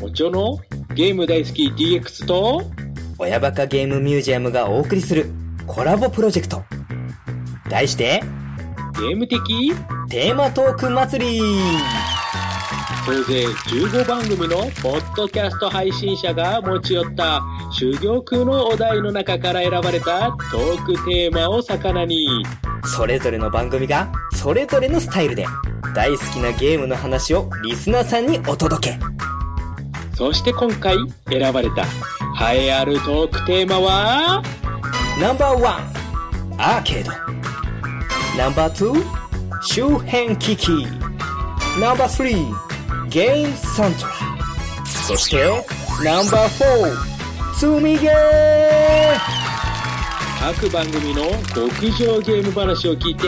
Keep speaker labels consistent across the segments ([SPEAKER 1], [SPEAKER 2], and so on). [SPEAKER 1] おちょのゲーム大好き DX と
[SPEAKER 2] 親バカゲームミュージアムがお送りするコラボプロジェクト。題して、
[SPEAKER 1] ゲーム的
[SPEAKER 2] テーマトーク祭り
[SPEAKER 1] 総勢15番組のポッドキャスト配信者が持ち寄った修行空のお題の中から選ばれたトークテーマを魚に
[SPEAKER 2] それぞれの番組が、それぞれのスタイルで、大好きなゲームの話をリスナーさんにお届け。
[SPEAKER 1] そして今回選ばれた栄えあるトークテーマは
[SPEAKER 2] ナンバーワン、アーケード。ナンバーツー、周辺機器。ナンバースリー、ゲームサントラ。そして、ナンバーフォー、積みゲー
[SPEAKER 1] 各番組の極上ゲーム話を聞いて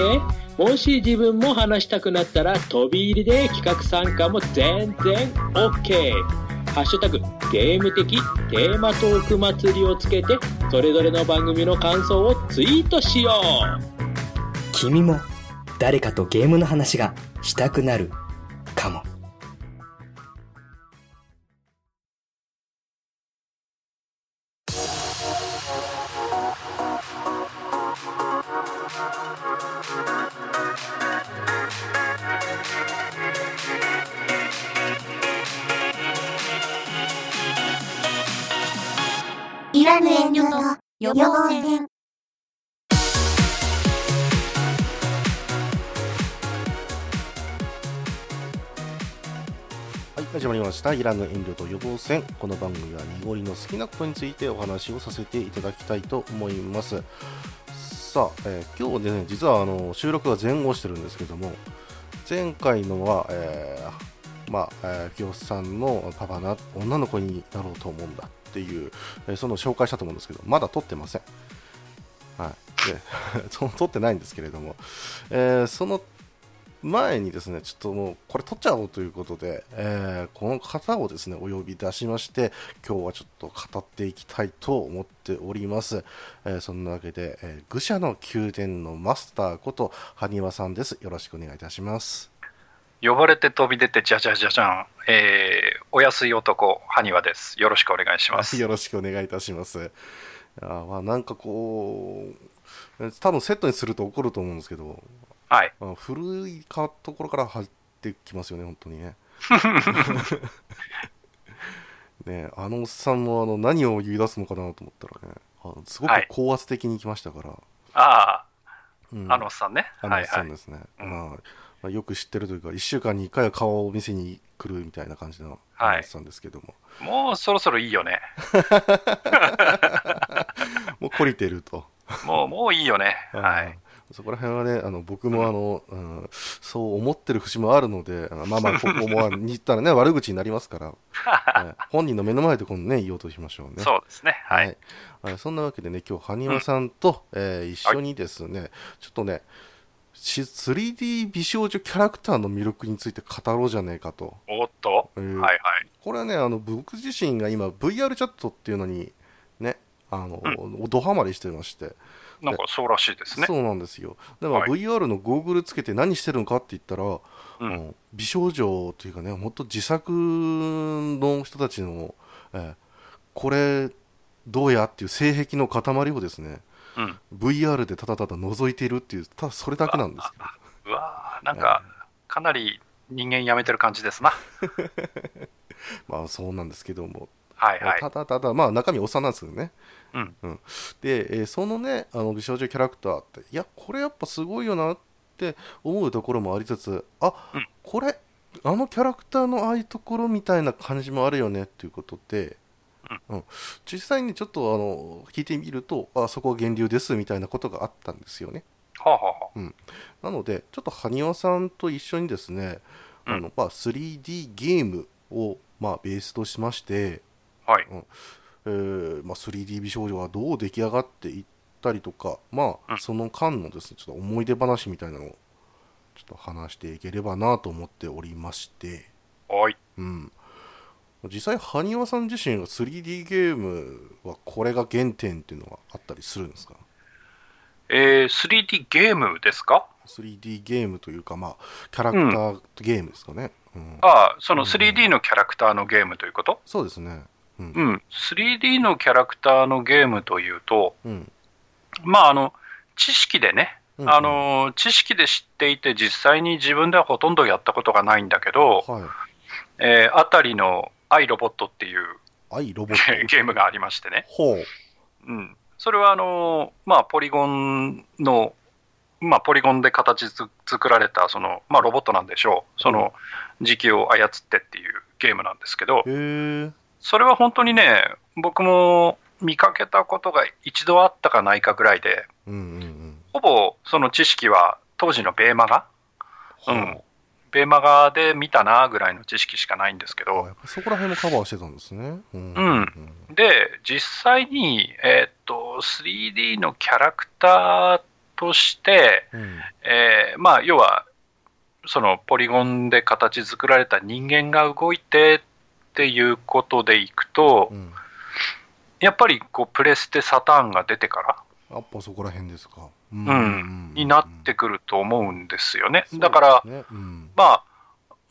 [SPEAKER 1] もし自分も話したくなったら飛び入りで企画参加も全然 OK ハッシュタグゲーム的テーマトーク祭りをつけてそれぞれの番組の感想をツイートしよう
[SPEAKER 2] 君も誰かとゲームの話がしたくなるかも。
[SPEAKER 3] いらぬ遠慮の予防線。
[SPEAKER 4] はい、始まりました。いらぬ遠慮と予防線。この番組は濁りの好きなことについてお話をさせていただきたいと思います。さあ、えー今日ね、実はあの収録が前後してるんですけども、前回のは、えーまあ、えー、清志さんのパパな女の子になろうと思うんだっていう、えーその紹介したと思うんですけど、まだ撮ってません。はい。で その撮ってないんですけれども、えーその前にですね、ちょっともうこれ撮っちゃおうということで、えーこの方をですね、お呼び出しまして、今日はちょっと語っていきたいと思っております。えーそんなわけで、えー愚者の宮殿のマスターこと、埴輪さんです。よろしくお願いいたします。
[SPEAKER 5] 呼ばれて飛び出てじゃじゃじゃじゃん、えー、お安い男埴輪ですよろしくお願いしま
[SPEAKER 4] はい、
[SPEAKER 5] す
[SPEAKER 4] よろしくお願いいたします。あーまあ、なんかこう、多分セットにすると怒ると思うんですけど、
[SPEAKER 5] はい
[SPEAKER 4] あの古いかところから入ってきますよね、本当に ね。ねえあのおっさんもあの何を言い出すのかなと思ったらね、あのすごく
[SPEAKER 5] はい
[SPEAKER 4] 高圧的に来ましたから、
[SPEAKER 5] あ
[SPEAKER 4] うん
[SPEAKER 5] ああのおっさんね、
[SPEAKER 4] あのお
[SPEAKER 5] は
[SPEAKER 4] っ
[SPEAKER 5] い
[SPEAKER 4] さ
[SPEAKER 5] は
[SPEAKER 4] ん
[SPEAKER 5] い
[SPEAKER 4] ですね、
[SPEAKER 5] うん
[SPEAKER 4] まあまあよく知ってるというか、1週間に1回は顔を見せに来るみたいな感じのあのおっさんですけども、
[SPEAKER 5] もうそろそろいいよね
[SPEAKER 4] もう懲りてると。
[SPEAKER 5] もうもういいよねはい
[SPEAKER 4] そこら辺はね、あの僕もあの、うん、そう思ってる節もあるので、あの まあまあ、ここも言ったらね、悪口になりますから、はい本人の目の前で今度ね、言おうとしましょうね。
[SPEAKER 5] そうですねはい、
[SPEAKER 4] はいはいそんなわけでね、今日埴輪さんと、えー一緒にですね、ちょっとね、し 3D 美少女キャラクターの魅力について語ろうじゃねえかと。
[SPEAKER 5] おっと、
[SPEAKER 4] えー
[SPEAKER 5] はいはい
[SPEAKER 4] これはね、あの僕自身が今、VR チャットっていうのにね、あの、ドハマりしてまして、
[SPEAKER 5] なんかそうらしいですね
[SPEAKER 4] そうなんですよ。でも、
[SPEAKER 5] はい
[SPEAKER 4] VR のゴーグルつけて何してるのかって言ったら、
[SPEAKER 5] うん
[SPEAKER 4] あの美少女というかね、本当自作の人たちの、えーこれどうやっていう性癖の塊をですね、
[SPEAKER 5] うん
[SPEAKER 4] VR でただただ覗いているっていう、ただそれだけなんです けど。
[SPEAKER 5] うわーなんかかなり人間やめてる感じですな
[SPEAKER 4] まあそうなんですけども、
[SPEAKER 5] はいはい
[SPEAKER 4] ただただ、まあ、中身おっさんなんですけどね、
[SPEAKER 5] うん
[SPEAKER 4] で、えーそのねあの美少女キャラクターっていやこれやっぱすごいよなって思うところもありつつあ、
[SPEAKER 5] うん
[SPEAKER 4] これあのキャラクターのああいうところみたいな感じもあるよねっていうことで、うん実際にちょっとあの聞いてみるとあそこは源流ですみたいなことがあったんですよね
[SPEAKER 5] はあ、はあは
[SPEAKER 4] なので、ちょっと埴輪さんと一緒にですね、
[SPEAKER 5] うん
[SPEAKER 4] あのまあ、3D ゲームを、まあ、ベースとしまして、
[SPEAKER 5] あ、はい
[SPEAKER 4] えーまあ、3D 美少女はどう出来上がっていったりとか、ま
[SPEAKER 5] う
[SPEAKER 4] あ、
[SPEAKER 5] ん
[SPEAKER 4] その間のですねちょっと思い出話みたいなのをちょっと話していければなと思っておりまして、
[SPEAKER 5] はい
[SPEAKER 4] うん、実際、埴輪さん自身が 3D ゲームはこれが原点っていうのはあったりするんですか
[SPEAKER 5] えー、3D ゲームですか
[SPEAKER 4] 3D ゲームというか、まあ、キャラクターゲームですかね。うん、
[SPEAKER 5] ああ、その 3D のキャラクターのゲームということ
[SPEAKER 4] そうですね。うん
[SPEAKER 5] う。ん、3D のキャラクターのゲームというと、
[SPEAKER 4] うん。
[SPEAKER 5] まあ、あの知識でね、
[SPEAKER 4] うん
[SPEAKER 5] あの、知識で知っていて、実際に自分ではほとんどやったことがないんだけど、
[SPEAKER 4] はい。
[SPEAKER 5] えーあたりのアイロボットっていう
[SPEAKER 4] アイロボッ ト。
[SPEAKER 5] ゲームがありましてね、
[SPEAKER 4] ほう。
[SPEAKER 5] うん、それはあの、まあ、ポリゴンの、まあ、ポリゴンで形づ作られたその、まあ、ロボットなんでしょう、その時期を操ってっていうゲームなんですけど、
[SPEAKER 4] へえ。
[SPEAKER 5] それは本当にね、僕も見かけたことが一度あったかないかぐらいで、
[SPEAKER 4] うんうんうん。
[SPEAKER 5] ほぼその知識は当時のベーマガ、うん
[SPEAKER 4] は
[SPEAKER 5] ベーマガで見たなぐらいの知識しかないんですけ
[SPEAKER 4] あ
[SPEAKER 5] ど、
[SPEAKER 4] やっぱそこら辺もカバーしてたんですね。うん。
[SPEAKER 5] うんで、実際に、えーっと、3D のキャラクターとして、
[SPEAKER 4] うん。
[SPEAKER 5] えーまあ、要は、そのポリゴンで形作られた人間が動いてっていうことでいくと
[SPEAKER 4] う、ん。
[SPEAKER 5] やっぱりこうプレステサターンが出てから、
[SPEAKER 4] やっぱそこら辺ですか。うん
[SPEAKER 5] うんになってくると思うんですよね。だか、
[SPEAKER 4] そ
[SPEAKER 5] ら
[SPEAKER 4] う、ですねうん。
[SPEAKER 5] まあ、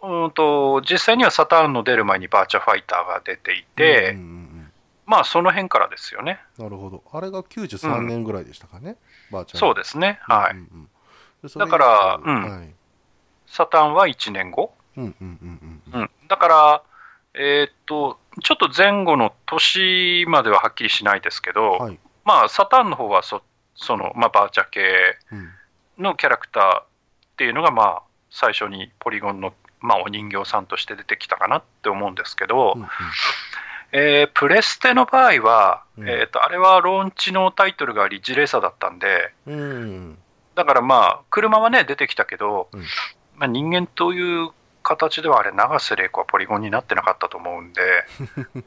[SPEAKER 5] うーんと実際にはサターンの出る前にバーチャファイターが出ていて、
[SPEAKER 4] うんうんうん
[SPEAKER 5] まあその辺からですよね。
[SPEAKER 4] なるほど。あれが93
[SPEAKER 5] うん
[SPEAKER 4] 年ぐらいでしたかね。バーチャル。
[SPEAKER 5] そうですね。はい。
[SPEAKER 4] うんうんうん。
[SPEAKER 5] だから
[SPEAKER 4] それ以降
[SPEAKER 5] うん
[SPEAKER 4] はい。
[SPEAKER 5] サターンは1年後。
[SPEAKER 4] うんうんうんうん。
[SPEAKER 5] うん。だから、えーっと、ちょっと前後の年までははっきりしないですけど、
[SPEAKER 4] はい。
[SPEAKER 5] まあサターンの方はそ、その、まあバーチャ系
[SPEAKER 4] うん
[SPEAKER 5] のキャラクターっていうのが、まあ最初にポリゴンの、まあお人形さんとして出てきたかなって思うんですけど、
[SPEAKER 4] うんうん
[SPEAKER 5] えープレステの場合は、
[SPEAKER 4] うん
[SPEAKER 5] えー、とあれはローンチのタイトルがリッジレーサーだったんで、
[SPEAKER 4] うん
[SPEAKER 5] だからまあ、車はね、出てきたけど、
[SPEAKER 4] うん
[SPEAKER 5] まあ、人間という形ではあれ、永瀬玲子はポリゴンになってなかったと思うんで、
[SPEAKER 4] うん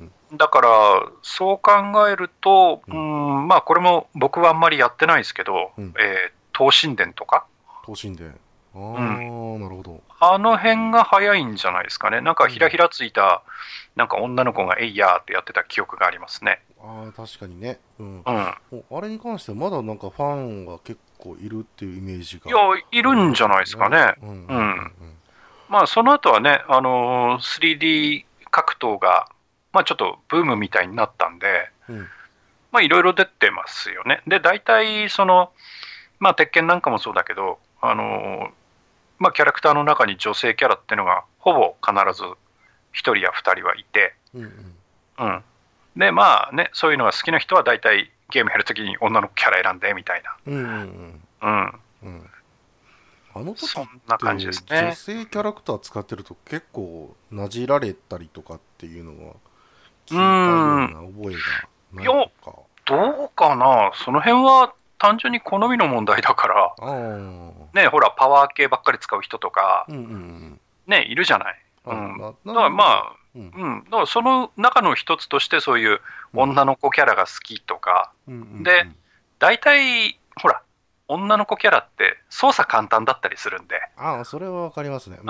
[SPEAKER 4] うん
[SPEAKER 5] だから、そう考えると、う
[SPEAKER 4] う
[SPEAKER 5] ーんまあ、これも僕はあんまりやってないですけど、
[SPEAKER 4] うん
[SPEAKER 5] えー東神殿とか、
[SPEAKER 4] 等身で。ああ、なるほど。
[SPEAKER 5] あの辺が早いんじゃないですかね、なんかひらひらついた、なんか女の子がえいやーってやってた記憶がありますね。
[SPEAKER 4] ああ、確かにね。うん。
[SPEAKER 5] うん
[SPEAKER 4] もうあれに関してはまだなんかファンが結構いるっていうイメージが。
[SPEAKER 5] いや、いるんじゃないですかね。
[SPEAKER 4] うん。
[SPEAKER 5] うんまあ、その後はね、あのー 3D 格闘が、まあ、ちょっとブームみたいになったんで、
[SPEAKER 4] うん
[SPEAKER 5] まあ、いろいろ出てますよね。で、大体、その、まあ、鉄拳なんかもそうだけど、あのーまあ、キャラクターの中に女性キャラっていうのが、ほぼ必ず1人や2人はいて、
[SPEAKER 4] うんうん。
[SPEAKER 5] うん。で、まあね、そういうのが好きな人は、大体、ゲームやるときに女の子キャラ選んでみたい
[SPEAKER 4] うんうん
[SPEAKER 5] な、うん、
[SPEAKER 4] うんうん。あの時
[SPEAKER 5] そ
[SPEAKER 4] っ
[SPEAKER 5] んな
[SPEAKER 4] て
[SPEAKER 5] 感じです
[SPEAKER 4] 女
[SPEAKER 5] ね。
[SPEAKER 4] 性キャラクター使ってると結構なじられたりとかっていうのは聞いたような覚えがないのか。
[SPEAKER 5] どうかな、その辺は単純に好みの問題だか
[SPEAKER 4] ああ。うん
[SPEAKER 5] ら、ね、ほら、パワー系ばっかり使う人とか、
[SPEAKER 4] うんうん。
[SPEAKER 5] ね、いるじゃない。
[SPEAKER 4] あ
[SPEAKER 5] うん
[SPEAKER 4] な
[SPEAKER 5] だからまあ、
[SPEAKER 4] うん
[SPEAKER 5] うん、だからその中の一つとして、そういう女の子キャラが好きとか、
[SPEAKER 4] うんうんうん
[SPEAKER 5] で大体、ほら、女の子キャラって操作簡単だったりするんで、
[SPEAKER 4] ああ、それはわかりますね。
[SPEAKER 5] んうん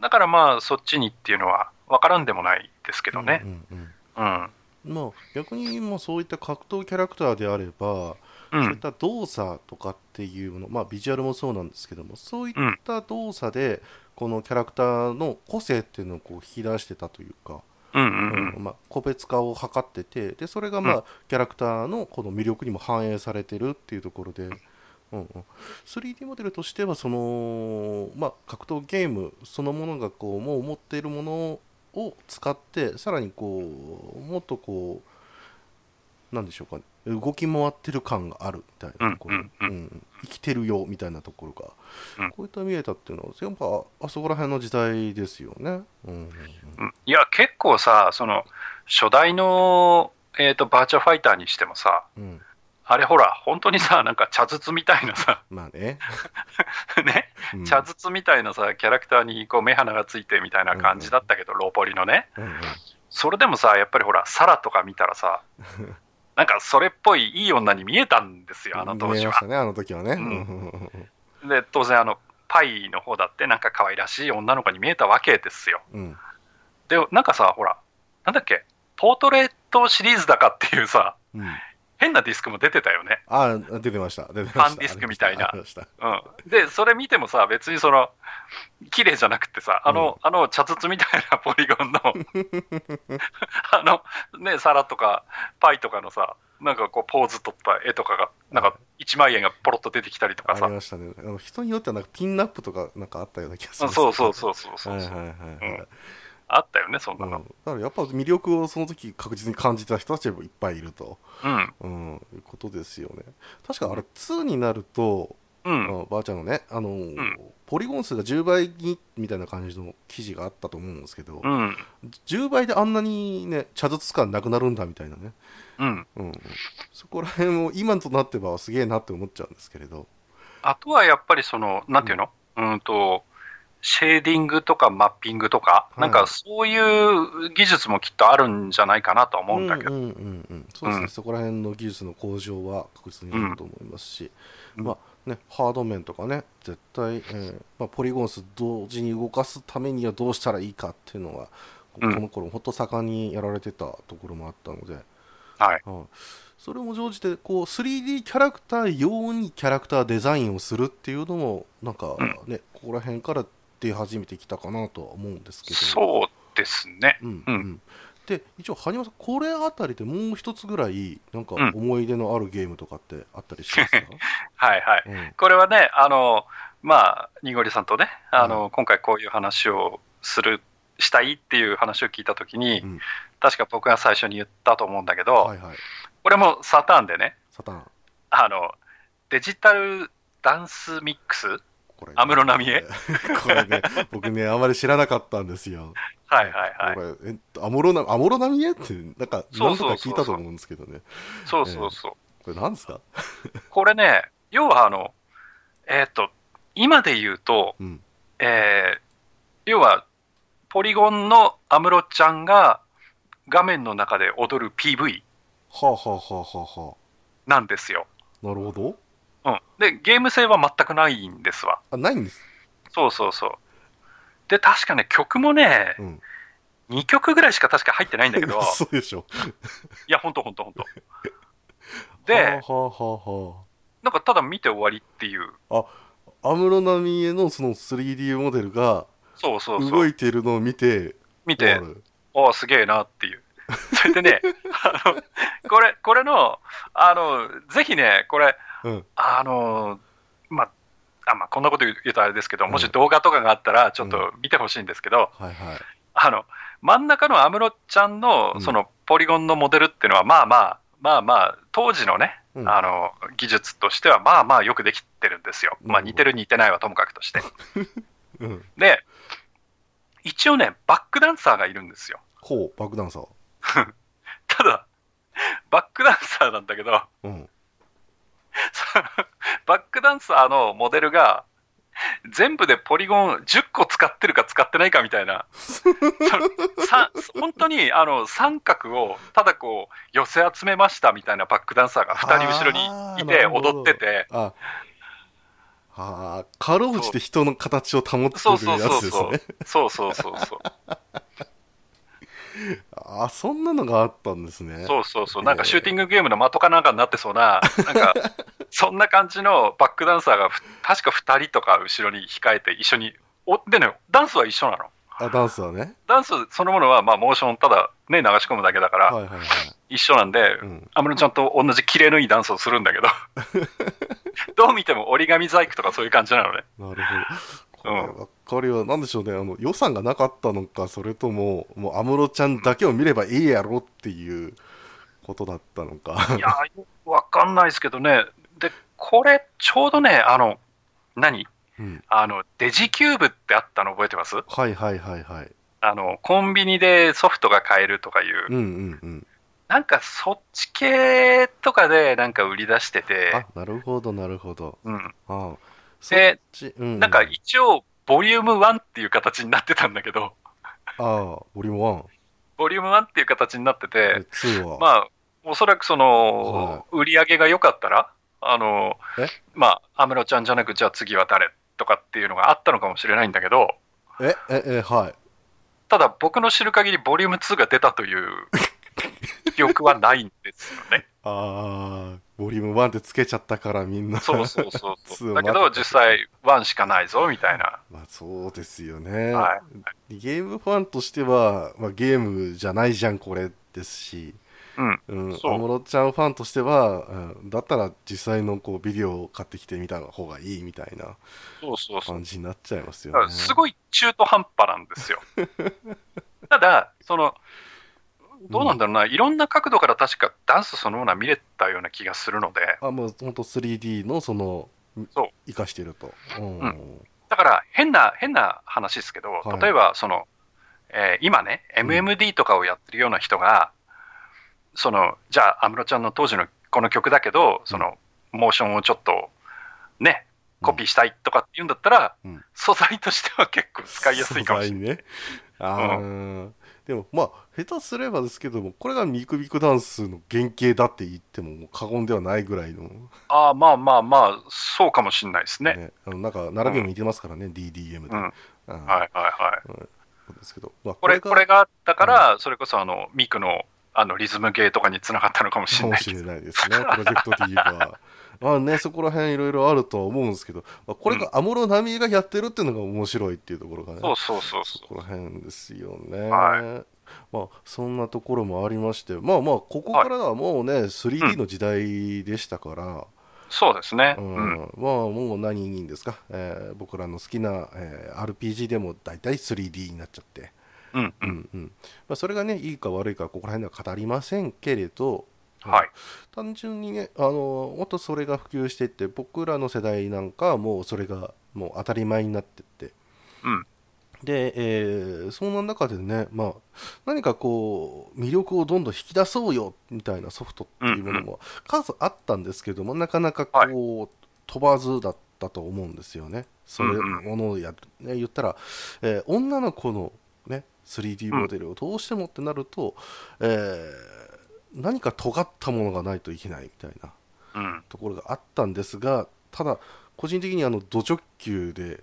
[SPEAKER 5] だからまあ、そっちにっていうのは分からんでもないですけどね
[SPEAKER 4] う。んうん
[SPEAKER 5] うん。
[SPEAKER 4] うん。まあ、逆にもうそういった格闘キャラクターであれば、
[SPEAKER 5] う
[SPEAKER 4] そういっ
[SPEAKER 5] ん。
[SPEAKER 4] た動作とかっていうの、まあ、ビジュアルもそうなんですけどもそういった動作でこのキャラクターの個性っていうのをこう引き出してたというか、
[SPEAKER 5] うんうんうん。
[SPEAKER 4] まあ、個別化を図っててでそれが、まあキャラクターのこの魅力にも反映されてるっていうところで、うんうん、3D モデルとしてはその、まあ、格闘ゲームそのものがこうもう持っているものを使ってさらにこうもっとこうなんでしょうかね動き回ってる感があるみたいなところ、
[SPEAKER 5] うんうんう
[SPEAKER 4] 生きてるよみたいなところが、
[SPEAKER 5] うん
[SPEAKER 4] こういった見えたっていうのはやっぱあそこら辺の時代ですよね。うんうん
[SPEAKER 5] うんいや、結構さ、その、初代の、えっ、と、バーチャファイターにしてもさ、
[SPEAKER 4] うんうん
[SPEAKER 5] あれほら、本当にさ、なんか茶筒みたいなさ、
[SPEAKER 4] まあね、
[SPEAKER 5] ね、
[SPEAKER 4] うん
[SPEAKER 5] 茶筒みたいなさ、キャラクターにこう目鼻がついてみたいな感じだったけど、ローポリのね。
[SPEAKER 4] うんうん
[SPEAKER 5] それでもさ、やっぱりほら、サラとか見たらさ、なんかそれっぽいいい女に見えたんですよ、あの当
[SPEAKER 4] 見
[SPEAKER 5] 時
[SPEAKER 4] えま
[SPEAKER 5] は
[SPEAKER 4] し。たね、あの時はね。
[SPEAKER 5] ん
[SPEAKER 4] うん
[SPEAKER 5] で、当然、あの、パイの方だって、なんか可愛らしい女の子に見えたわけですよ。
[SPEAKER 4] うん
[SPEAKER 5] で、なんかさ、ほら、なんだっけ、ポートレートシリーズだかっていうさ、
[SPEAKER 4] うん
[SPEAKER 5] 変なディスクも出てたよね。
[SPEAKER 4] あー出てました出てました
[SPEAKER 5] ファンディスクみたいな
[SPEAKER 4] ありましたありました
[SPEAKER 5] うん、で、それ見てもさ、別にその、綺麗じゃなくてさ、あの、あの、茶筒みたいなポリゴンの、 あの、ね、皿とか、パイとかのさ、なんかこう、ポーズ取った絵とかが、なん
[SPEAKER 4] は
[SPEAKER 5] か、1万円がポロッと出てきたりとか
[SPEAKER 4] あ
[SPEAKER 5] さ
[SPEAKER 4] り、ましたねあの人によってはなんかピンナップとかなんかあったような気がす
[SPEAKER 5] う
[SPEAKER 4] る
[SPEAKER 5] んそうそう
[SPEAKER 4] う
[SPEAKER 5] そうそうそう、
[SPEAKER 4] はいはいはいはい、
[SPEAKER 5] あったよね、そん
[SPEAKER 4] う、
[SPEAKER 5] なんの。
[SPEAKER 4] だからやっぱ魅力をその時確実に感じた人たちもいっぱいいると、
[SPEAKER 5] うん、
[SPEAKER 4] うん、いうことですよね確かあれ2になると、
[SPEAKER 5] うん、
[SPEAKER 4] あのばあちゃんのね、あのー
[SPEAKER 5] ん
[SPEAKER 4] ポリゴン数が10倍にみたいな感じの記事があったと思うんですけど、
[SPEAKER 5] うん、
[SPEAKER 4] 10倍であんなにね茶筒感なくなるんだみたいなね、
[SPEAKER 5] うん。
[SPEAKER 4] うんうん、そこら辺も今となってばすげえなって思っちゃうんですけれど
[SPEAKER 5] あとはやっぱりその、なんていうの、うん、と、シェーディングとかマッピングとか、
[SPEAKER 4] い
[SPEAKER 5] なんかそういう技術もきっとあるんじゃないかなとは思うんだけど、
[SPEAKER 4] うんうんうんうんそうですね、
[SPEAKER 5] うん
[SPEAKER 4] そこら辺の技術の向上は確実にあると思いますし、
[SPEAKER 5] うん
[SPEAKER 4] まあね、ハード面とかね絶対、えーまあ、ポリゴン数同時に動かすためにはどうしたらいいかっていうのはここ
[SPEAKER 5] うん
[SPEAKER 4] の頃ほんと盛んにやられてたところもあったので、
[SPEAKER 5] はい。
[SPEAKER 4] はいそれも乗じてこう 3D キャラクター用にキャラクターデザインをするっていうのもなんかね、ここら辺から出始めてきたかなとは思うんですけど
[SPEAKER 5] そうですね。
[SPEAKER 4] うん
[SPEAKER 5] うん
[SPEAKER 4] うんで一応羽生さんこれあたりでもう一つぐらいなんか
[SPEAKER 5] うん
[SPEAKER 4] 思い出のあるゲームとかってあったりします か、
[SPEAKER 5] はいはい。
[SPEAKER 4] うん
[SPEAKER 5] これはね、あの、まあ、にごりさんとね、あの、今回こういう話をする、したいっていう話を聞いたときに、
[SPEAKER 4] うん
[SPEAKER 5] 確か僕が最初に言ったと思うんだけど、
[SPEAKER 4] はいはい
[SPEAKER 5] 俺もサターンでね、
[SPEAKER 4] サタン
[SPEAKER 5] あの、デジタルダンスミックス
[SPEAKER 4] これ、
[SPEAKER 5] 安室奈美恵
[SPEAKER 4] これね僕ねあまり知らなかったんですよ
[SPEAKER 5] はいはいはい。
[SPEAKER 4] これえっと安室奈安室奈美恵ってなんか
[SPEAKER 5] そ
[SPEAKER 4] 何と
[SPEAKER 5] うそうそうそう
[SPEAKER 4] か聞いたと思うんですけどね
[SPEAKER 5] そうそうそう。
[SPEAKER 4] これなんですか
[SPEAKER 5] これね、要はあの、えーっ、と、今で言うと、
[SPEAKER 4] うん
[SPEAKER 5] えー要は、ポリゴンの安室ちゃんが画面の中で踊る PV
[SPEAKER 4] はあはあはあはあは
[SPEAKER 5] なんですよ。
[SPEAKER 4] あなるほど
[SPEAKER 5] うん。で、ゲーム性は全くないんですわ。
[SPEAKER 4] あないんです
[SPEAKER 5] そうそうそう。で、確かね、曲もね、
[SPEAKER 4] うん
[SPEAKER 5] 2曲ぐらいしか確か入ってないんだけど、
[SPEAKER 4] 嘘でしょ
[SPEAKER 5] いや、ほんとほんとほんと。
[SPEAKER 4] は
[SPEAKER 5] で、
[SPEAKER 4] あはあは
[SPEAKER 5] なんかただ見て終わりっていう、
[SPEAKER 4] あはあ安室奈美恵のその 3D モデルが
[SPEAKER 5] そうそうそ
[SPEAKER 4] 動
[SPEAKER 5] う、
[SPEAKER 4] いてるのを見て
[SPEAKER 5] 見
[SPEAKER 4] 終
[SPEAKER 5] て
[SPEAKER 4] わ、る
[SPEAKER 5] おーすげえなっていう。それでね、 あのこれ、これの、あの、ぜひね、これ、
[SPEAKER 4] うん
[SPEAKER 5] あの、まあ、あまあ、こんなこと言うとあれですけど、も
[SPEAKER 4] う
[SPEAKER 5] し
[SPEAKER 4] ん
[SPEAKER 5] 動画とかがあったら、ちょっと見てほしいんですけど、
[SPEAKER 4] はいはい
[SPEAKER 5] あの、真ん中の安室ちゃん
[SPEAKER 4] うん
[SPEAKER 5] の、その、ポリゴンのモデルっていうのは、まあまあ、まあまあ、当時のね、
[SPEAKER 4] うん
[SPEAKER 5] あの、技術としては、まあまあ、よくできてるんですよ。
[SPEAKER 4] な
[SPEAKER 5] ま
[SPEAKER 4] るほ
[SPEAKER 5] あ、
[SPEAKER 4] ど
[SPEAKER 5] 似てる似てないはともかくとして。
[SPEAKER 4] うん、
[SPEAKER 5] で、一応ね、バックダンサーがいるんですよ。
[SPEAKER 4] こう爆弾さ、
[SPEAKER 5] ただ、バックダンサーなんだけど、
[SPEAKER 4] うん、
[SPEAKER 5] そのバックダンサーのモデルが、全部でポリゴン10個使ってるか使ってないかみたいな、そのさ本当にあの三角をただこう寄せ集めましたみたいなバックダンサーが2人後ろ
[SPEAKER 4] あー
[SPEAKER 5] にい
[SPEAKER 4] な
[SPEAKER 5] て
[SPEAKER 4] るほど
[SPEAKER 5] 踊ってて、
[SPEAKER 4] ああーかろうじて人の形を保って
[SPEAKER 5] そう
[SPEAKER 4] る
[SPEAKER 5] そう
[SPEAKER 4] や
[SPEAKER 5] そう
[SPEAKER 4] つです
[SPEAKER 5] そう
[SPEAKER 4] ね、
[SPEAKER 5] そうそうそうそう、
[SPEAKER 4] あそんなのがあったんですね
[SPEAKER 5] そうそうそう、なんかシューティングゲームの的かなんかになってそうな、なんか、そんな感じのバックダンサーがふ、確か2人とか後ろに控えて、一緒に、おでね、ダンスは一緒なの。
[SPEAKER 4] あダンスはね
[SPEAKER 5] ダンスそのものは、まあ、モーション、ただ、ね、流し込むだけだか
[SPEAKER 4] はい
[SPEAKER 5] ら、
[SPEAKER 4] はいはい、
[SPEAKER 5] 一緒なんで
[SPEAKER 4] う、ん、
[SPEAKER 5] 安室ちゃんと同じ綺麗のいいダンスをするんだ けど、どう見ても折り紙細工とかそういう感じな のね。
[SPEAKER 4] なるほどこればっかりはなんでしょうねあの予算がなかったのかそれとももう安室ちゃんだけを見ればいいやろっていうことだったのか
[SPEAKER 5] いやー、よくわかんないですけどね、で、これ、ちょうどね、あの、何
[SPEAKER 4] うん
[SPEAKER 5] あのデジキューブってあったの覚えてます
[SPEAKER 4] はいはいはいはい
[SPEAKER 5] あのコンビニでソフトが買えるとかいう、
[SPEAKER 4] うんうんうん
[SPEAKER 5] なんかそっち系とかでなんか売り出してて
[SPEAKER 4] あ、なるほどなるほど
[SPEAKER 5] うん、
[SPEAKER 4] あそっ
[SPEAKER 5] で
[SPEAKER 4] ち、うんう
[SPEAKER 5] なんか一応、ボリューム1っていう形になってたんだけど、
[SPEAKER 4] ああ、ボリューム1。
[SPEAKER 5] ボリューム1っていう形になってて、
[SPEAKER 4] 2は、
[SPEAKER 5] まあ、おそらくその、売り上げが良かったら、あの
[SPEAKER 4] え、
[SPEAKER 5] まあ、安室ちゃんじゃなく、じゃあ次は誰とかっていうのがあったのかもしれないんだけど、
[SPEAKER 4] え、え、え、はい。
[SPEAKER 5] ただ僕の知る限り、ボリューム2が出たという記憶はないんですよね。
[SPEAKER 4] ああ、ボリューム1ってつけちゃったからみんな。
[SPEAKER 5] そうそうそうそ
[SPEAKER 4] 強
[SPEAKER 5] う。
[SPEAKER 4] まっ
[SPEAKER 5] だ
[SPEAKER 4] た
[SPEAKER 5] けど、実際、ワンしかないぞ、みたいな。
[SPEAKER 4] まあそうですよね。
[SPEAKER 5] は
[SPEAKER 4] ゲームファンとしては、まあ、ゲームじゃないじゃん、これですし、
[SPEAKER 5] うん。
[SPEAKER 4] うん、
[SPEAKER 5] そう
[SPEAKER 4] 安室ちゃんファンとしては、うん、だったら実際のこうビデオを買ってきてみた方がいいみたいな
[SPEAKER 5] そうそうそう。
[SPEAKER 4] 感じになっちゃいます
[SPEAKER 5] だか
[SPEAKER 4] よ
[SPEAKER 5] ら
[SPEAKER 4] ね。
[SPEAKER 5] すごい中途半端なんですよ。 ただ、その、どうなんだろうな、いろんな角度から確かダンスそのものは見れたような気がするので、
[SPEAKER 4] あ、もう本当 3D のその、
[SPEAKER 5] そう
[SPEAKER 4] 生かしてると。うん
[SPEAKER 5] うだから変な、変な話ですけど、
[SPEAKER 4] はい
[SPEAKER 5] 例えば、その、えー今ね、
[SPEAKER 4] ん
[SPEAKER 5] MMD とかをやってるような人が、その、じゃあ、安室ちゃんの当時のこの曲だけど、その、モーションをちょっと、ね、コピーしたいとかって言うんだったら、
[SPEAKER 4] うん
[SPEAKER 5] 素材としては結構使いやすいかもしれな
[SPEAKER 4] 素
[SPEAKER 5] い。
[SPEAKER 4] 材ね。あーでもまあ下手すればですけどもこれがミクミクダンスの原型だって言ってももう過言ではないぐらいの、
[SPEAKER 5] ああ、まあまあまあ、そうかもしれないですね。
[SPEAKER 4] ねあのなんか並びも似てますからね、DDM で、
[SPEAKER 5] うん
[SPEAKER 4] あー
[SPEAKER 5] はいはいはい。
[SPEAKER 4] そうですけど、まあ、
[SPEAKER 5] これ、
[SPEAKER 4] が
[SPEAKER 5] これが、だから、それこそ、あの、ミクの、あの、リズムゲーとかにつながったのかもし
[SPEAKER 4] か
[SPEAKER 5] れ
[SPEAKER 4] も
[SPEAKER 5] ない。
[SPEAKER 4] しれないですねプロジェクト D は。まあね、そこら辺いろいろあるとは思うんですけど、まあ、これが安室奈美恵がやってるっていうのが面白いっていうところがね、
[SPEAKER 5] そうそうそうそ
[SPEAKER 4] そこら辺ですよね。
[SPEAKER 5] は
[SPEAKER 4] まあ、そんなところもありまして、まあまあ、ここからはもうね、3D の時代でしたから、
[SPEAKER 5] う。そうですね。
[SPEAKER 4] う
[SPEAKER 5] うんん。
[SPEAKER 4] まあ、もう何人ですか、えー僕らの好きな、えー RPG でも大体 3D になっちゃって、
[SPEAKER 5] うん。う。
[SPEAKER 4] うんんうんまあ、それがね、いいか悪いか、ここら辺では語りませんけれど、
[SPEAKER 5] はい。
[SPEAKER 4] 単純にね、あのもっとそれが普及していって、僕らの世代なんかはもうそれがもう当たり前になってって、
[SPEAKER 5] うん
[SPEAKER 4] で、えーそんな中でね、まあ、何かこう、魅力をどんどん引き出そうよみたいなソフトっていうものも数あったんですけども、なかなかこう、飛ばずだったと思うんですよね、それものをやる、ね、言ったら、えー女の子の、ね、3D モデルをどうしてもってなると、えー何か尖ったものがないといけないみたいな
[SPEAKER 5] うん。
[SPEAKER 4] ところがあったんですがただ個人的にあのド直球で、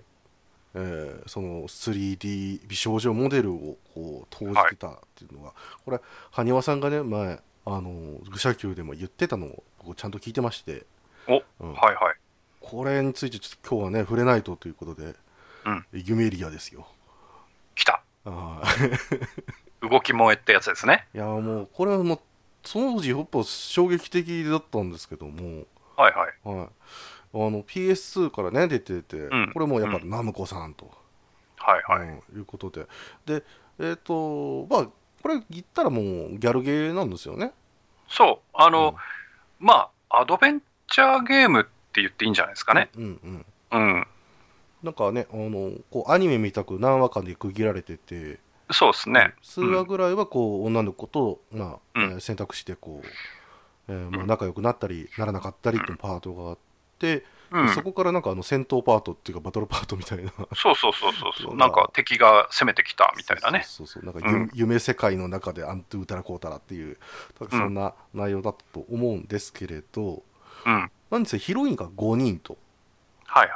[SPEAKER 4] えーその 3D 美少女モデルをこう投じてたっていうのが、これ埴輪さんがね前あの愚者級でも言ってたのを僕ちゃんと聞いてまして
[SPEAKER 5] お、
[SPEAKER 4] うん
[SPEAKER 5] はいはい。
[SPEAKER 4] これについてちょっと今日はね触れないとということで、
[SPEAKER 5] うん
[SPEAKER 4] ユメリアですよ。
[SPEAKER 5] 来た。
[SPEAKER 4] あー
[SPEAKER 5] 動き萌えってやつですね。
[SPEAKER 4] いやもうこれはもう当時やっぱ衝撃的だったんですけども、
[SPEAKER 5] はいはい。
[SPEAKER 4] はい、あの PS2 からね出てて、
[SPEAKER 5] ん
[SPEAKER 4] これもやっぱナムコさんと、
[SPEAKER 5] はいはい。
[SPEAKER 4] うんいうことででえっ、とまあこれ言ったらもうギャルゲーなんですよね
[SPEAKER 5] そう。あ
[SPEAKER 4] うん
[SPEAKER 5] の、まあ、アドベンチャーゲームって言っていいんじゃないですかね。
[SPEAKER 4] うんうん
[SPEAKER 5] うん。
[SPEAKER 4] なんかねあのこうアニメ見たく何話かで区切られてて、
[SPEAKER 5] そうですね。
[SPEAKER 4] 数話ぐらいはこう女の子と、まあ
[SPEAKER 5] うん
[SPEAKER 4] えー選択してこう、えーまあ、仲良くなったりならなかったりっていうパートがあって、
[SPEAKER 5] うん。
[SPEAKER 4] そこからなんかあの戦闘パートっていうかバトルパートみたいな
[SPEAKER 5] そうそうそうそうそ。
[SPEAKER 4] そうう
[SPEAKER 5] なんか敵が攻めてきたみたいなね。
[SPEAKER 4] そうそうそうなんかゆ、
[SPEAKER 5] うん
[SPEAKER 4] 夢世界の中でアントゥータラコータラっていう多分そんな内容だったと思うんですけれど、
[SPEAKER 5] うん。はい
[SPEAKER 4] なんせヒロインが5人と
[SPEAKER 5] はい。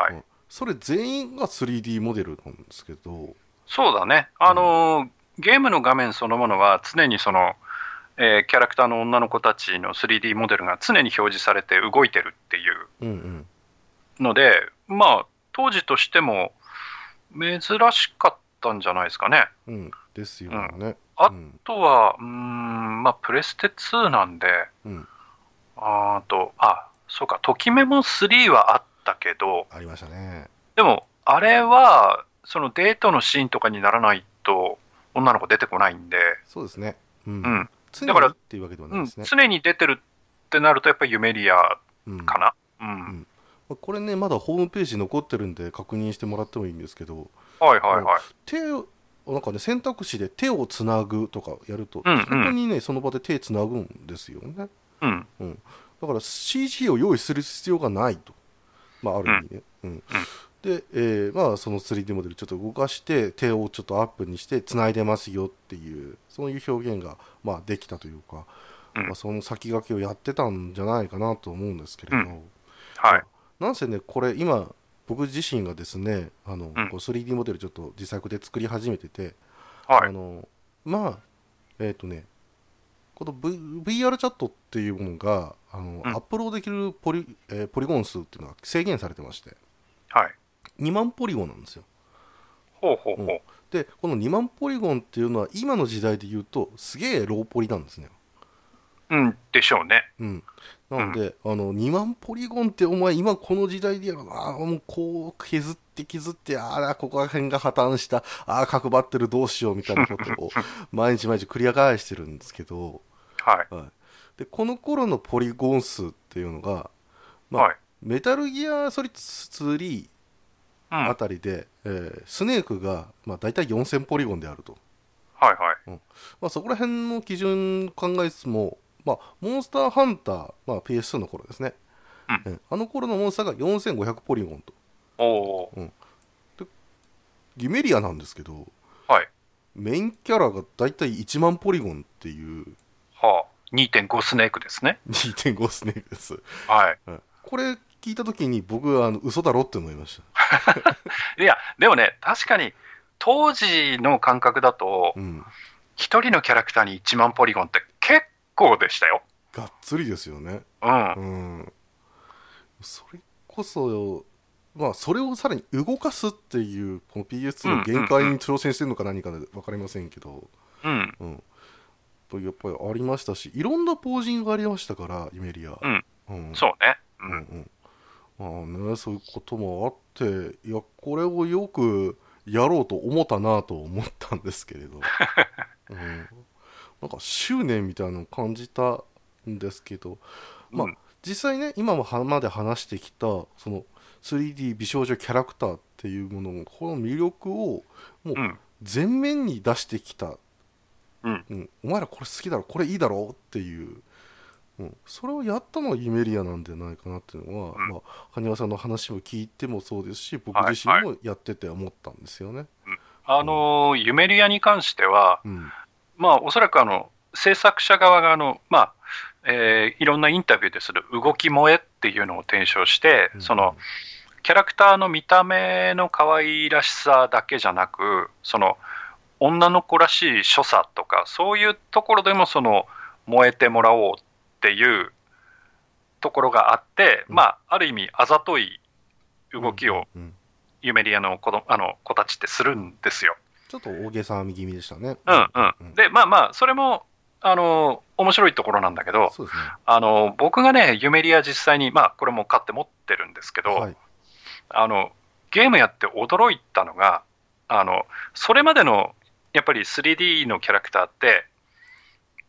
[SPEAKER 4] それ全員が 3D モデルなんですけど
[SPEAKER 5] そうだね、あのーゲームの画面そのものは常にその、えーキャラクターの女の子たちの 3D モデルが常に表示されて動いてるっていう
[SPEAKER 4] うんうん
[SPEAKER 5] ので、まあ、当時としても珍しかったんじゃないですかね。
[SPEAKER 4] うんですよね、
[SPEAKER 5] あ
[SPEAKER 4] うん
[SPEAKER 5] あとは、うーん、まあ、プレステ2なんで、
[SPEAKER 4] うん
[SPEAKER 5] あーと、あ、そうか、ときめも3はあったけど、
[SPEAKER 4] ありましたね
[SPEAKER 5] でも、あれは、そのデートのシーンとかにならないと、女の子出てこないんで、
[SPEAKER 4] そうですねうん、
[SPEAKER 5] うん、
[SPEAKER 4] 常
[SPEAKER 5] だか
[SPEAKER 4] に
[SPEAKER 5] ら
[SPEAKER 4] っていうわけではな
[SPEAKER 5] う
[SPEAKER 4] い
[SPEAKER 5] ん
[SPEAKER 4] ですね、
[SPEAKER 5] 常に出てるってなると、やっぱりユメリア
[SPEAKER 4] うん
[SPEAKER 5] かな。うん
[SPEAKER 4] んこれねまだホームページ残ってるんで確認してもらってもいいんですけど
[SPEAKER 5] はいはいはい。
[SPEAKER 4] 手をなんかね選択肢で手をつなぐとかやると、
[SPEAKER 5] うんうん
[SPEAKER 4] そこにねその場で手つなぐんですよね
[SPEAKER 5] うん、
[SPEAKER 4] だから CG を用意する必要がないと、まあ、ある意味ね、うんで、えーまあ、その 3D モデルちょっと動かして手をちょっとアップにしてつないでますよっていうそういう表現が、まあ、できたというか、
[SPEAKER 5] うん
[SPEAKER 4] まあ、その先駆けをやってたんじゃないかなと思うんですけれど、
[SPEAKER 5] うはい。
[SPEAKER 4] なんせねこれ今僕自身がですねあの、
[SPEAKER 5] ん
[SPEAKER 4] こう 3D モデルちょっと自作で作り始めてて、
[SPEAKER 5] は
[SPEAKER 4] あ
[SPEAKER 5] い。
[SPEAKER 4] のまあえっ、とねこの、v、VR チャットっていうものがあの、
[SPEAKER 5] うん
[SPEAKER 4] アップロードできるポリ、えーポリゴン数っていうのが制限されてまして
[SPEAKER 5] はい。
[SPEAKER 4] 2万ポリゴンなんですよ
[SPEAKER 5] ほうほうほう。
[SPEAKER 4] うんでこの2万ポリゴンっていうのは今の時代で言うとすげえローポリなんですね
[SPEAKER 5] うん、でしょうね。
[SPEAKER 4] うん、なので、あの2万ポリゴンってお前今この時代でやろなもうこう削って削ってあらここら辺が破綻したああ角張ってるどうしようみたいなこと を毎日毎日繰り返してるんですけど、
[SPEAKER 5] はい。
[SPEAKER 4] はい、でこの頃のポリゴン数っていうのが、まあ
[SPEAKER 5] はい。
[SPEAKER 4] メタルギアソリッド3
[SPEAKER 5] うん。は
[SPEAKER 4] あ
[SPEAKER 5] い
[SPEAKER 4] たりで、えースネークが、まあ、大体4000ポリゴンであると、
[SPEAKER 5] はい。
[SPEAKER 4] まあ、そこら辺の基準考えつつも、まあ、モンスターハンター、まあ、PS2 の頃ですね、
[SPEAKER 5] う
[SPEAKER 4] えあの頃のモンスターが4500ポリゴンと
[SPEAKER 5] おおー。
[SPEAKER 4] ギメリアなんですけど
[SPEAKER 5] はい。
[SPEAKER 4] メインキャラがだいたい1万ポリゴンっていう
[SPEAKER 5] はあ。2.5スネークですね。
[SPEAKER 4] 2.5スネークです、
[SPEAKER 5] は
[SPEAKER 4] はいこれ聞いた時に僕あの嘘だろって思いました
[SPEAKER 5] い。いや、でもね、確かに、当時の感覚だと、
[SPEAKER 4] うん
[SPEAKER 5] 一人のキャラクターに1万ポリゴンって結構でしたよ。
[SPEAKER 4] がっつりですよね
[SPEAKER 5] うん。
[SPEAKER 4] うんそれこそまあそれをさらに動かすっていうこの PS2 の限界に挑戦してるのか何か分かりませんけど、
[SPEAKER 5] うん。
[SPEAKER 4] うん、とやっぱりありましたしいろんなポージングがありましたからイメリア、
[SPEAKER 5] うん
[SPEAKER 4] うん
[SPEAKER 5] そうね。う。
[SPEAKER 4] うんんうんまあね、そういうこともあっていやこれをよくやろうと思ったなと思ったんですけれ ど、うん、なんか執念みたいなのを感じたんですけど、まあ
[SPEAKER 5] うん
[SPEAKER 4] 実際ね今もはまで話してきたその 3D 美少女キャラクターっていうものもこの魅力をもう
[SPEAKER 5] うん
[SPEAKER 4] 前面に出してきた、
[SPEAKER 5] うん
[SPEAKER 4] お前らこれ好きだろこれいいだろっていう、うん、それをやったのはイメリアなんじゃないかなっていうのは、
[SPEAKER 5] うん
[SPEAKER 4] まあ、羽生さんの話を聞いてもそうですし僕
[SPEAKER 5] はい
[SPEAKER 4] 自身もやってて思ったんですよね。
[SPEAKER 5] あのー、ユメリアに関しては、
[SPEAKER 4] うん
[SPEAKER 5] まあ、おそらくあの制作者側があの、まあえーいろんなインタビューでする動き萌えっていうのを提唱して、そのキャラクターの見た目の可愛らしさだけじゃなくその女の子らしい所作とかそういうところでもその燃えてもらおうっていうところがあって、
[SPEAKER 4] うん
[SPEAKER 5] まあ、ある意味あざとい動きを、
[SPEAKER 4] うん
[SPEAKER 5] ユメリアの子どあの子たちってするんですよ。
[SPEAKER 4] ちょっと大げさ気味でしたね。
[SPEAKER 5] うん
[SPEAKER 4] う
[SPEAKER 5] うんん、でまあまあそれもあの面白いところなんだけど
[SPEAKER 4] そうですね。
[SPEAKER 5] あの僕がねユメリア実際にまあこれも買って持ってるんですけど、
[SPEAKER 4] はい。
[SPEAKER 5] あのゲームやって驚いたのがあのそれまでのやっぱり 3D のキャラクターって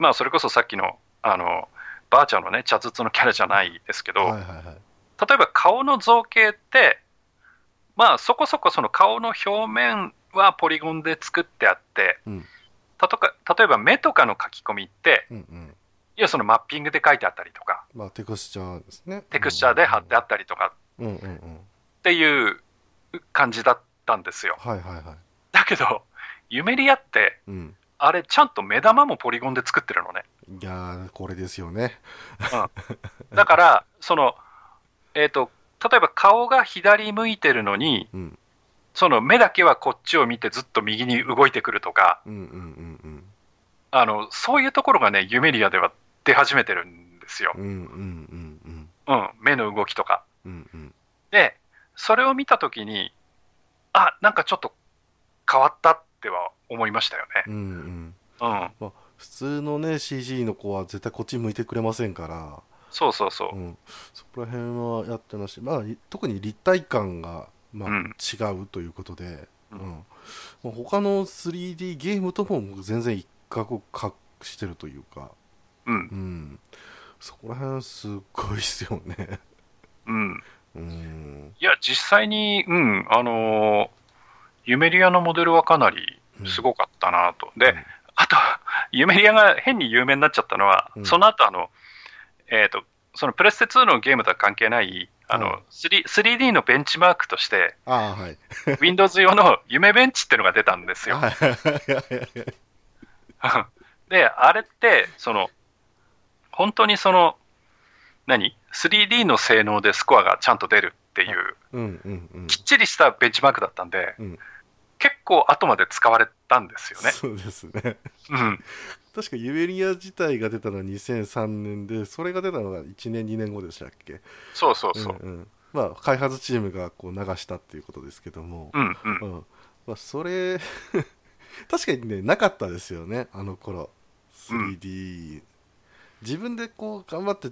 [SPEAKER 5] まあそれこそさっきのあのバーチャルのね茶筒のキャラじゃないですけど、
[SPEAKER 4] はいはいはい。
[SPEAKER 5] 例えば顔の造形ってまあそこそこその顔の表面はポリゴンで作ってあって、
[SPEAKER 4] うん
[SPEAKER 5] たとか例えば目とかの書き込みって
[SPEAKER 4] うんうん。
[SPEAKER 5] いやそのマッピングで書いてあったりとか
[SPEAKER 4] まあテクスチャーですね。
[SPEAKER 5] テクスチャーで貼ってあったりとかっ
[SPEAKER 4] うんうんうん。
[SPEAKER 5] ていう感じだったんですよ
[SPEAKER 4] はいはいはい。
[SPEAKER 5] だけどユメリアって
[SPEAKER 4] うん。
[SPEAKER 5] あれちゃんと目玉もポリゴンで作ってるのね
[SPEAKER 4] いやーこれですよね。
[SPEAKER 5] だからそのえっ、と例えば顔が左向いてるのに
[SPEAKER 4] うん
[SPEAKER 5] その目だけはこっちを見てずっと右に動いてくるとか
[SPEAKER 4] うんうんうん
[SPEAKER 5] あのそういうところがね、ユメリアでは出始めてるんですよ
[SPEAKER 4] うん。、うんうんうんうん
[SPEAKER 5] うん、目の動きとか。
[SPEAKER 4] うんうん。
[SPEAKER 5] で、それを見たときに、あなんかちょっと変わったっては思いましたよね。
[SPEAKER 4] うんうん、
[SPEAKER 5] うん、
[SPEAKER 4] 普通のね CG の子は絶対こっち向いてくれませんか
[SPEAKER 5] そうそうそ
[SPEAKER 4] ら、うん、そこら辺はやってまして、まあ、い特に立体感が、まあ
[SPEAKER 5] う
[SPEAKER 4] 違
[SPEAKER 5] ん
[SPEAKER 4] うということで、う
[SPEAKER 5] うんん
[SPEAKER 4] まあ、他の 3D ゲームとも全然一角を隠してるというか、
[SPEAKER 5] う。うん
[SPEAKER 4] う、ん、そこら辺すごいですよね。
[SPEAKER 5] うん。
[SPEAKER 4] うん
[SPEAKER 5] いや、実際に、うん、あのーユメリアのモデルはかなりすごかったなと。で、あと、ユメリアが変に有名になっちゃったのは、
[SPEAKER 4] うん
[SPEAKER 5] その後あの、えー、とそのプレステ2のゲームとは関係ない、あ
[SPEAKER 4] はい
[SPEAKER 5] の 3- 3D のベンチマークと して、
[SPEAKER 4] ああはい。
[SPEAKER 5] Windows 用の夢ベンチっていうのが出たんですよ。 で、あれって、その本当にその、何 ?3D の性能でスコアがちゃんと出るっていう、
[SPEAKER 4] うんうんうん
[SPEAKER 5] きっちりしたベンチマークだったんで、
[SPEAKER 4] うん
[SPEAKER 5] 結構後まで使われたんですよね。
[SPEAKER 4] そうですね。
[SPEAKER 5] うん、
[SPEAKER 4] 確かユエリア自体が出たのは2003年で、それが出たのが1年、2年後でしたっけ
[SPEAKER 5] そうそうそう。
[SPEAKER 4] んんまあ、開発チームがこう流したっていうことですけども、
[SPEAKER 5] うんうん
[SPEAKER 4] う。んまあ、それ 確かにねなかったですよねあの頃 3D、自分でこう頑張って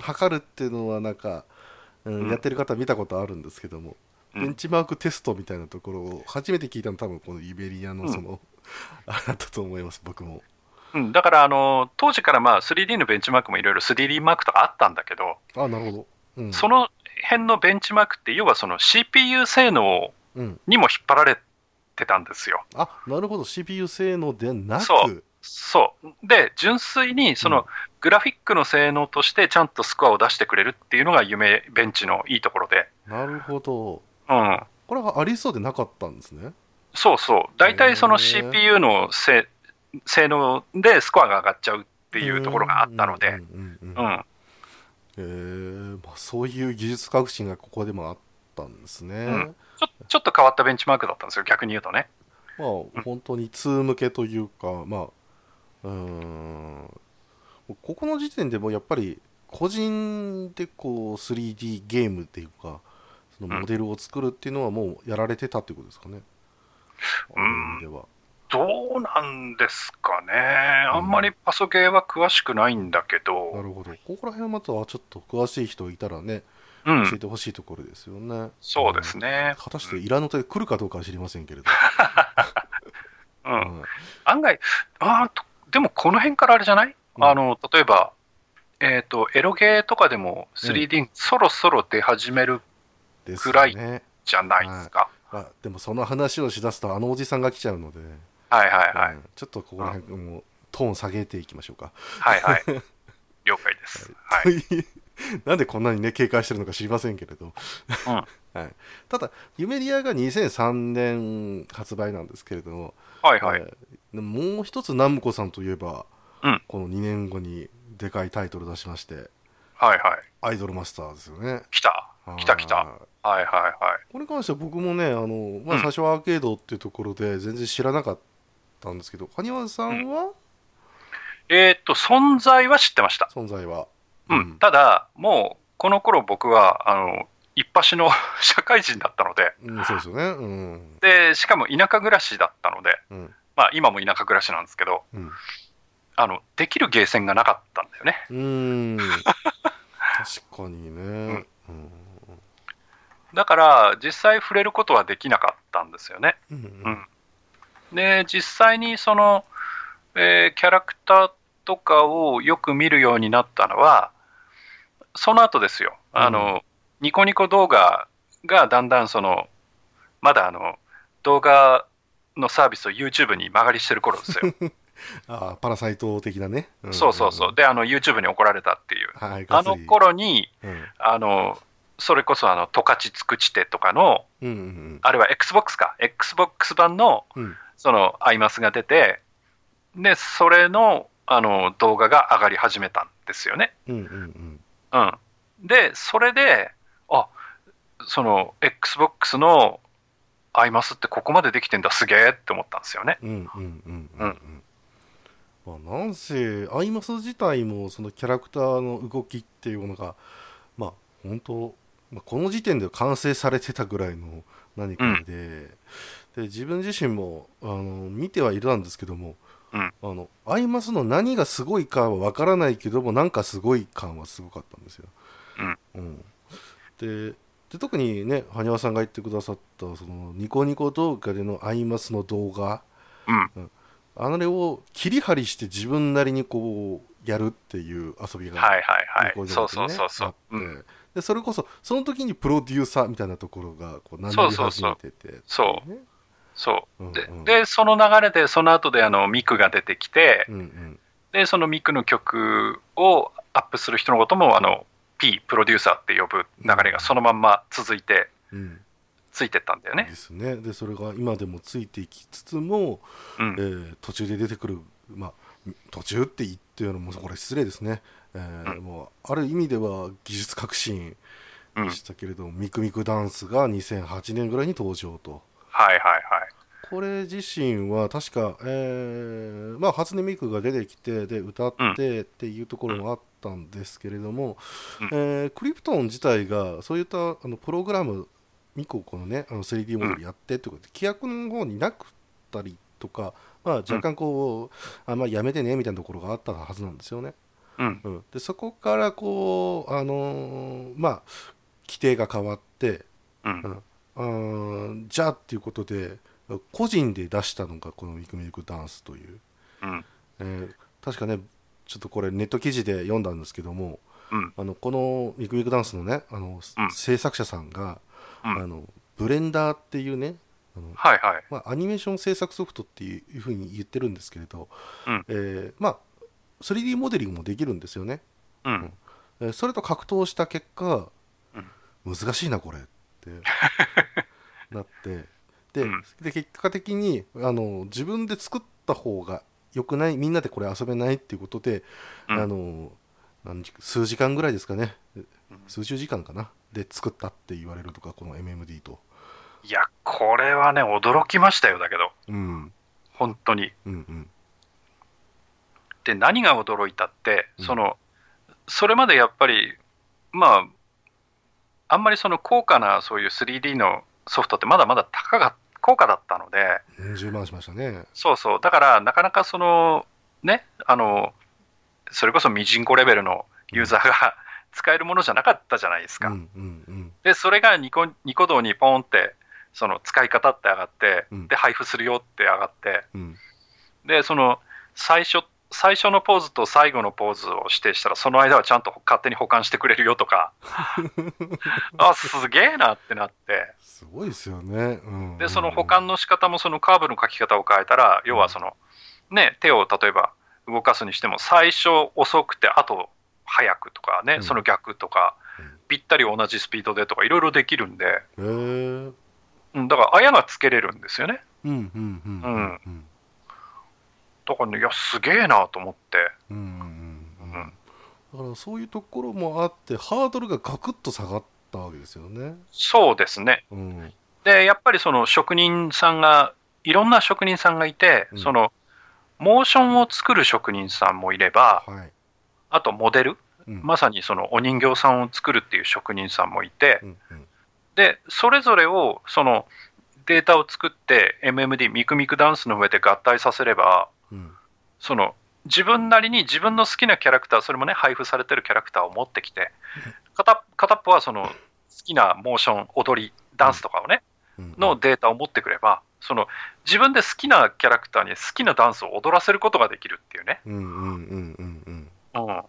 [SPEAKER 4] 測るっていうのはなんか、うん
[SPEAKER 5] うん
[SPEAKER 4] やってる方見たことあるんですけども、
[SPEAKER 5] うん
[SPEAKER 4] ベンチマークテストみたいなところを初めて聞いたの多分このイベリアのその、あれだったと思います僕も
[SPEAKER 5] うん、だからあの当時からまあ 3D のベンチマークもいろいろ 3D マークとかあったんだけど、
[SPEAKER 4] あなるほど、うん、
[SPEAKER 5] その辺のベンチマークって要はその CPU 性能
[SPEAKER 4] うん、
[SPEAKER 5] にも引っ張られてたんですよ。
[SPEAKER 4] あなるほど CPU 性能でなく
[SPEAKER 5] そそうで純粋にそうのグラフィックの性能としてちゃんとスコアを出してくれるっていうのが夢ベンチのいいところで、
[SPEAKER 4] なるほど
[SPEAKER 5] うん、
[SPEAKER 4] これはありそうでなかったんですね
[SPEAKER 5] そうそう大体そ
[SPEAKER 4] へー
[SPEAKER 5] の CPU のせ性能でスコアが上がっちゃうっていうところがあったの
[SPEAKER 4] うん
[SPEAKER 5] で、
[SPEAKER 4] うんうんうん
[SPEAKER 5] うん、
[SPEAKER 4] えーまあ、そういう技術革新がここでもあったんですね、
[SPEAKER 5] うんちょちょっと変わったベンチマークだったんですよ逆に言うとね。
[SPEAKER 4] まあ本当に通向けというかまあうーんここの時点でもやっぱり個人でこう 3D ゲームっていうかそのモデルを作るっていうのはもうやられてたっていうことですかね、
[SPEAKER 5] うん
[SPEAKER 4] ある意味では
[SPEAKER 5] どうなんですかね、あんまりパソゲーは詳しくないんだけ
[SPEAKER 4] な
[SPEAKER 5] ど、
[SPEAKER 4] るほどここら辺はまたちょっと詳しい人いたらね
[SPEAKER 5] う
[SPEAKER 4] 教え
[SPEAKER 5] ん、
[SPEAKER 4] てほしいところですよね、
[SPEAKER 5] そうですね、
[SPEAKER 4] 果たしてイラノテ来るかどうかは知りませんけれど、
[SPEAKER 5] う、
[SPEAKER 4] うんん
[SPEAKER 5] 案外あーと、でもこの辺からあれじゃない、
[SPEAKER 4] うん
[SPEAKER 5] あの例えば、えーと、エロゲーとかでも 3D、そろそろ出始める
[SPEAKER 4] です
[SPEAKER 5] 暗い
[SPEAKER 4] ね
[SPEAKER 5] じゃないですか。
[SPEAKER 4] あでもその話をしだすとあのおじさんが来ちゃうので、
[SPEAKER 5] はいはいは
[SPEAKER 4] う
[SPEAKER 5] い、
[SPEAKER 4] んちょっとここら辺もうトーン下げていきましょうか、
[SPEAKER 5] はいはい、了解です。はい
[SPEAKER 4] なんでこんなにね警戒してるのか知りませんけれど、 はい、ただ「ユメリア」が2003年発売なんですけれども、
[SPEAKER 5] はいはい、
[SPEAKER 4] えーもう一つナムコさんといえば、
[SPEAKER 5] うん
[SPEAKER 4] この2年後にでかいタイトル出しまして
[SPEAKER 5] はいはい、
[SPEAKER 4] 「アイドルマスター」ですよね
[SPEAKER 5] 来た、来た来た、
[SPEAKER 4] あー
[SPEAKER 5] はいはいはい。
[SPEAKER 4] これに関しては僕もねあの、まあ、
[SPEAKER 5] うん
[SPEAKER 4] 最初はアーケードっていうところで全然知らなかったんですけど埴輪さんは
[SPEAKER 5] えっ、と、存在は知ってました。
[SPEAKER 4] 存在は、
[SPEAKER 5] うん、ただ、もうこの頃僕はあの一発の 社会人だったので
[SPEAKER 4] うん、そうですよねうん
[SPEAKER 5] で、しかも田舎暮らしだったので、
[SPEAKER 4] うん
[SPEAKER 5] まあ、今も田舎暮らしなんですけど
[SPEAKER 4] うん
[SPEAKER 5] あの、できるゲーセンがなかったんだよね。
[SPEAKER 4] うーん確かにね、うん
[SPEAKER 5] だから、実際触れることはできなかったんですよね。
[SPEAKER 4] うん
[SPEAKER 5] うんで、実際にその、えーキャラクターとかをよく見るようになったのは、その後ですよ。あの、ニコニコ動画がだんだんその、まだあの、動画のサービスを YouTube に曲がりしてる頃 ですよ。
[SPEAKER 4] ああパラサイト的なね、ん
[SPEAKER 5] そうそうそう。で、あの、YouTube に怒られたっていう。
[SPEAKER 4] はい
[SPEAKER 5] あの、頃に、
[SPEAKER 4] ガッツリうん
[SPEAKER 5] あの、それこそあの、トカチつくちてとかの、
[SPEAKER 4] うんうん
[SPEAKER 5] あれは XBOX か、XBOX 版の
[SPEAKER 4] うんうん
[SPEAKER 5] そのアイマスが出て、で、それのあの動画が上がり始めたんですよね。
[SPEAKER 4] うんうん
[SPEAKER 5] うん。で、それで、あその XBOX のアイマスってここまでできてんだ、すげえって思ったんですよね。
[SPEAKER 4] うんうんうんうんう
[SPEAKER 5] うん
[SPEAKER 4] まあ、なんせアイマス自体もそのキャラクターの動きっていうものがまあ本当、まあ、この時点で完成されてたぐらいの何かで,、で自分自身もあの見てはいたんですけども、
[SPEAKER 5] うん
[SPEAKER 4] あのアイマスの何がすごいかはわからないけどもなんかすごい感はすごかったんですよ。うんでで特にね羽生さんが言ってくださったそのニコニコ動画でのアイマスの動画
[SPEAKER 5] うん。
[SPEAKER 4] あれを切り張りして自分なりにこうやるっていう遊びが、
[SPEAKER 5] はいはいは
[SPEAKER 4] 向こ
[SPEAKER 5] い。
[SPEAKER 4] で
[SPEAKER 5] そ
[SPEAKER 4] も
[SPEAKER 5] うそう
[SPEAKER 4] ね
[SPEAKER 5] そうそ
[SPEAKER 4] あっ
[SPEAKER 5] う。
[SPEAKER 4] て
[SPEAKER 5] うん、
[SPEAKER 4] でそれこそその時にプロデューサーみたいなところがこう名乗り始めてて
[SPEAKER 5] そう
[SPEAKER 4] ね
[SPEAKER 5] そうで
[SPEAKER 4] うんうん
[SPEAKER 5] で、その流れで、その後であのミクが出てきて、
[SPEAKER 4] うんうん
[SPEAKER 5] で、そのミクの曲をアップする人のことも、あの、P、プロデューサーって呼ぶ流れがそのまんま続いて、
[SPEAKER 4] うん
[SPEAKER 5] ついてったんだよ
[SPEAKER 4] で
[SPEAKER 5] ね。
[SPEAKER 4] すねでそれが今でもついていきつつも、
[SPEAKER 5] う
[SPEAKER 4] え
[SPEAKER 5] ん。
[SPEAKER 4] ー途中で出てくるまあ途中って言ってるのもこれ失礼ですね、えーもうある意味では技術革新
[SPEAKER 5] うん。はい
[SPEAKER 4] でしたけれども、ミクミクダンスが2008年ぐらいに登場と
[SPEAKER 5] はいはい。
[SPEAKER 4] ここれ自身は確か、えーまあ、初音ミクが出てきてで歌ってっていうところもあったんですけれども、
[SPEAKER 5] うん
[SPEAKER 4] えークリプトン自体がそういったあのプログラムミクをこのねあの 3D モデルやってってことで規約の方になくったりとか、まあ、若干こう、あんまあやめてねみたいなところがあったはずなんですよね。
[SPEAKER 5] うん
[SPEAKER 4] うん、でそこからこう、あのーまあ、規定が変わって、
[SPEAKER 5] うん
[SPEAKER 4] うんあーじゃあっていうことで個人で出したのがこのミクミクダンスという、
[SPEAKER 5] うん
[SPEAKER 4] えー確かねちょっとこれネット記事で読んだんですけども
[SPEAKER 5] うん
[SPEAKER 4] あのこのミクミクダンスのねあの、
[SPEAKER 5] うん
[SPEAKER 4] 制作者さんが、
[SPEAKER 5] うん
[SPEAKER 4] あのブレンダーっていうねあの、
[SPEAKER 5] はいはい
[SPEAKER 4] まあ、アニメーション制作ソフトっていうふうに言ってるんですけれど、
[SPEAKER 5] うん
[SPEAKER 4] えーまあ 3D モデリングもできるんですよね
[SPEAKER 5] うん
[SPEAKER 4] えーそれと格闘した結果、難しいなこれって なってで,、
[SPEAKER 5] うん
[SPEAKER 4] で結果的にあの自分で作った方が良くないみんなでこれ遊べないっていうことで、
[SPEAKER 5] うん
[SPEAKER 4] あの何時数時間ぐらいですかね数十時間かなで作ったって言われるとかこの MMD と。
[SPEAKER 5] いやこれはね驚きましたよだけど
[SPEAKER 4] うん
[SPEAKER 5] 本当に
[SPEAKER 4] うんうん
[SPEAKER 5] で何が驚いたって、
[SPEAKER 4] うん
[SPEAKER 5] そのそれまでやっぱりまああんまりその高価なそういう 3D のソフトってまだまだ高が高価だったので
[SPEAKER 4] 10万しましたね。
[SPEAKER 5] そうそうだからなかなかそのねあのそれこそミジンコレベルのユーザーが使えるものじゃなかったじゃないです
[SPEAKER 4] う
[SPEAKER 5] か、
[SPEAKER 4] んうんうん
[SPEAKER 5] でそれがニコニコ動にポンってその使い方って上がって、
[SPEAKER 4] うん
[SPEAKER 5] で配布するよって上がって
[SPEAKER 4] うん
[SPEAKER 5] でその最初最初のポーズと最後のポーズを指定したらその間はちゃんと勝手に保管してくれるよ とかあすげえなってなって
[SPEAKER 4] すごいですよね。うん
[SPEAKER 5] でその保管の仕方もそのカーブの書き方を変えたら要はそのね手を例えば動かすにしても最初遅くてあと早くとか
[SPEAKER 4] う
[SPEAKER 5] ね
[SPEAKER 4] ん
[SPEAKER 5] その逆とか
[SPEAKER 4] うん
[SPEAKER 5] ぴったり同じスピードでとかいろいろできるんで
[SPEAKER 4] へえうん
[SPEAKER 5] うんだからあやがつけれるんですよね
[SPEAKER 4] うんうんうん
[SPEAKER 5] うん
[SPEAKER 4] うん
[SPEAKER 5] だからねいやすげえなと思って
[SPEAKER 4] うんうんうん
[SPEAKER 5] うん
[SPEAKER 4] だからそういうところもあってハードルがガクッと下がったわけですよね。
[SPEAKER 5] そうですね
[SPEAKER 4] うん
[SPEAKER 5] でやっぱりその職人さんがいろんな職人さんがいて、
[SPEAKER 4] うん
[SPEAKER 5] そのモーションを作る職人さんもいれば
[SPEAKER 4] はい
[SPEAKER 5] あとモデル
[SPEAKER 4] うん
[SPEAKER 5] まさにそのお人形さんを作るっていう職人さんもいて
[SPEAKER 4] うんうん
[SPEAKER 5] でそれぞれをそのデータを作って MMD ミクミクダンスの上で合体させれば
[SPEAKER 4] うん
[SPEAKER 5] その自分なりに自分の好きなキャラクターそれもね配布されてるキャラクターを持ってきて片片っぽはその好きなモーション踊りダンスとかをね、
[SPEAKER 4] うん
[SPEAKER 5] のデータを持ってくれば、その自分で好きなキャラクターに好きなダンスを踊らせることができるっていうね、
[SPEAKER 4] うんうんうんうんうん
[SPEAKER 5] うん、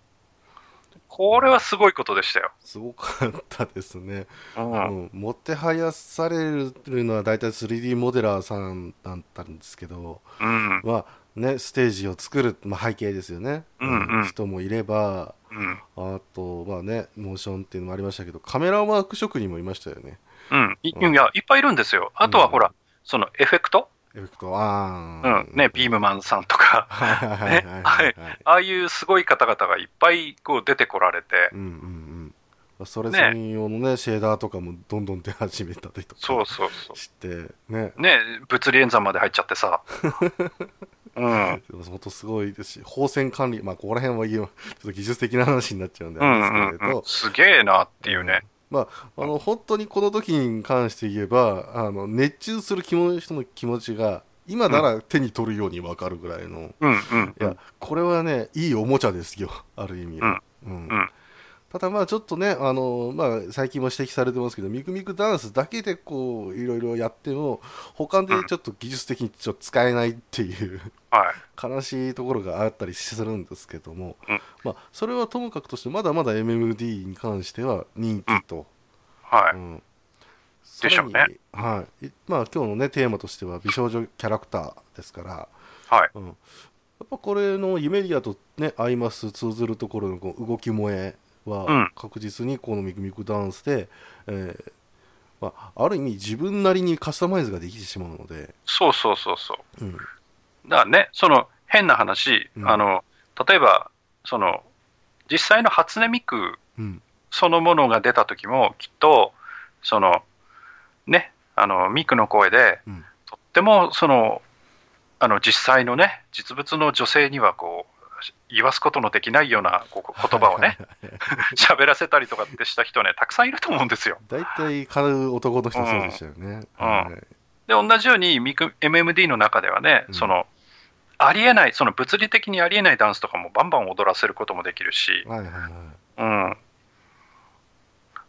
[SPEAKER 5] これはすごいことでしたよ。
[SPEAKER 4] すごかったですね。
[SPEAKER 5] うん
[SPEAKER 4] うん、もてはやされるのは大体 3D モデラーさんだったんですけど、
[SPEAKER 5] うん
[SPEAKER 4] まあね、ステージを作る、まあ、背景ですよね、
[SPEAKER 5] うんうん
[SPEAKER 4] 人もいれば
[SPEAKER 5] うん
[SPEAKER 4] あと、まあね、モーションっていうのもありましたけどカメラワーク職人もいましたよね
[SPEAKER 5] うんい
[SPEAKER 4] うん
[SPEAKER 5] いやいっぱいいるんですよ。あと
[SPEAKER 4] う
[SPEAKER 5] は
[SPEAKER 4] ん
[SPEAKER 5] ほら、そのエフェクト、
[SPEAKER 4] エフェクトあ
[SPEAKER 5] う
[SPEAKER 4] ー
[SPEAKER 5] んね、ビームマンさんとか、
[SPEAKER 4] はいはいはいはいはい。
[SPEAKER 5] ああいうすごい方々がいっぱいこう出てこられて
[SPEAKER 4] う、んうんうんまあ。それ専用のね、シェーダーとかもどんどん出始めたりとか
[SPEAKER 5] そうそうそ
[SPEAKER 4] して、ね。
[SPEAKER 5] う、ね、物理演算まで入っちゃっ てさ。うん
[SPEAKER 4] 本当すごいですし、放線管理、まあ、ここら辺は言うちょっと技術的な話になっちゃうんで
[SPEAKER 5] う
[SPEAKER 4] あれ
[SPEAKER 5] ん
[SPEAKER 4] で
[SPEAKER 5] うん
[SPEAKER 4] すけれど、
[SPEAKER 5] うん、すげえなっていうね。
[SPEAKER 4] まあ、あの本当にこの時に関して言えば、あの熱中する気も人の気持ちが、今なら手に取るように分かるぐらいの、い
[SPEAKER 5] うんうん
[SPEAKER 4] や、これはね、いいおもちゃですよ、 ある意味。
[SPEAKER 5] うん
[SPEAKER 4] うん
[SPEAKER 5] うん
[SPEAKER 4] ただまあちょっとね、あのまあ、最近も指摘されてますけど、ミクミクダンスだけでこういろいろやっても、他でちょっと技術的にちょっと使えないっていう、
[SPEAKER 5] はい
[SPEAKER 4] 悲しいところがあったりするんですけども、
[SPEAKER 5] うん
[SPEAKER 4] まあ、それはともかくとして、まだまだ MMD に関しては人気と。
[SPEAKER 5] はい
[SPEAKER 4] うん
[SPEAKER 5] でしょうね
[SPEAKER 4] さらにはいいまあ、今日の、ね、テーマとしては美少女キャラクターですから、
[SPEAKER 5] はい
[SPEAKER 4] うん、やっぱこれのユメリアと、ね、アイマス通ずるところのこう動き萌え
[SPEAKER 5] う
[SPEAKER 4] は
[SPEAKER 5] ん
[SPEAKER 4] 確実にこのミクミクダンスで、えーまあ、ある意味自分なりにカスタマイズができてしまうので、
[SPEAKER 5] そうそうそうそう。
[SPEAKER 4] うん
[SPEAKER 5] だからね、その変な話、
[SPEAKER 4] うん
[SPEAKER 5] あの例えばその実際の初音ミク
[SPEAKER 4] うん
[SPEAKER 5] そのものが出た時もきっとそのねあのミクの声で、
[SPEAKER 4] うん
[SPEAKER 5] とっててもそのあの実際のね実物の女性にはこう言わすことのできないようなこう言葉をね 喋らせたりとかってした人ねたくさんいると思うんですよ。
[SPEAKER 4] 大体買う男の人はそうでしたよね。
[SPEAKER 5] うん
[SPEAKER 4] はい
[SPEAKER 5] で同じようにミク MMD の中ではね、
[SPEAKER 4] うん
[SPEAKER 5] そのありえないその物理的にありえないダンスとかもバンバン踊らせることもできるし、
[SPEAKER 4] はいはいはい。
[SPEAKER 5] うん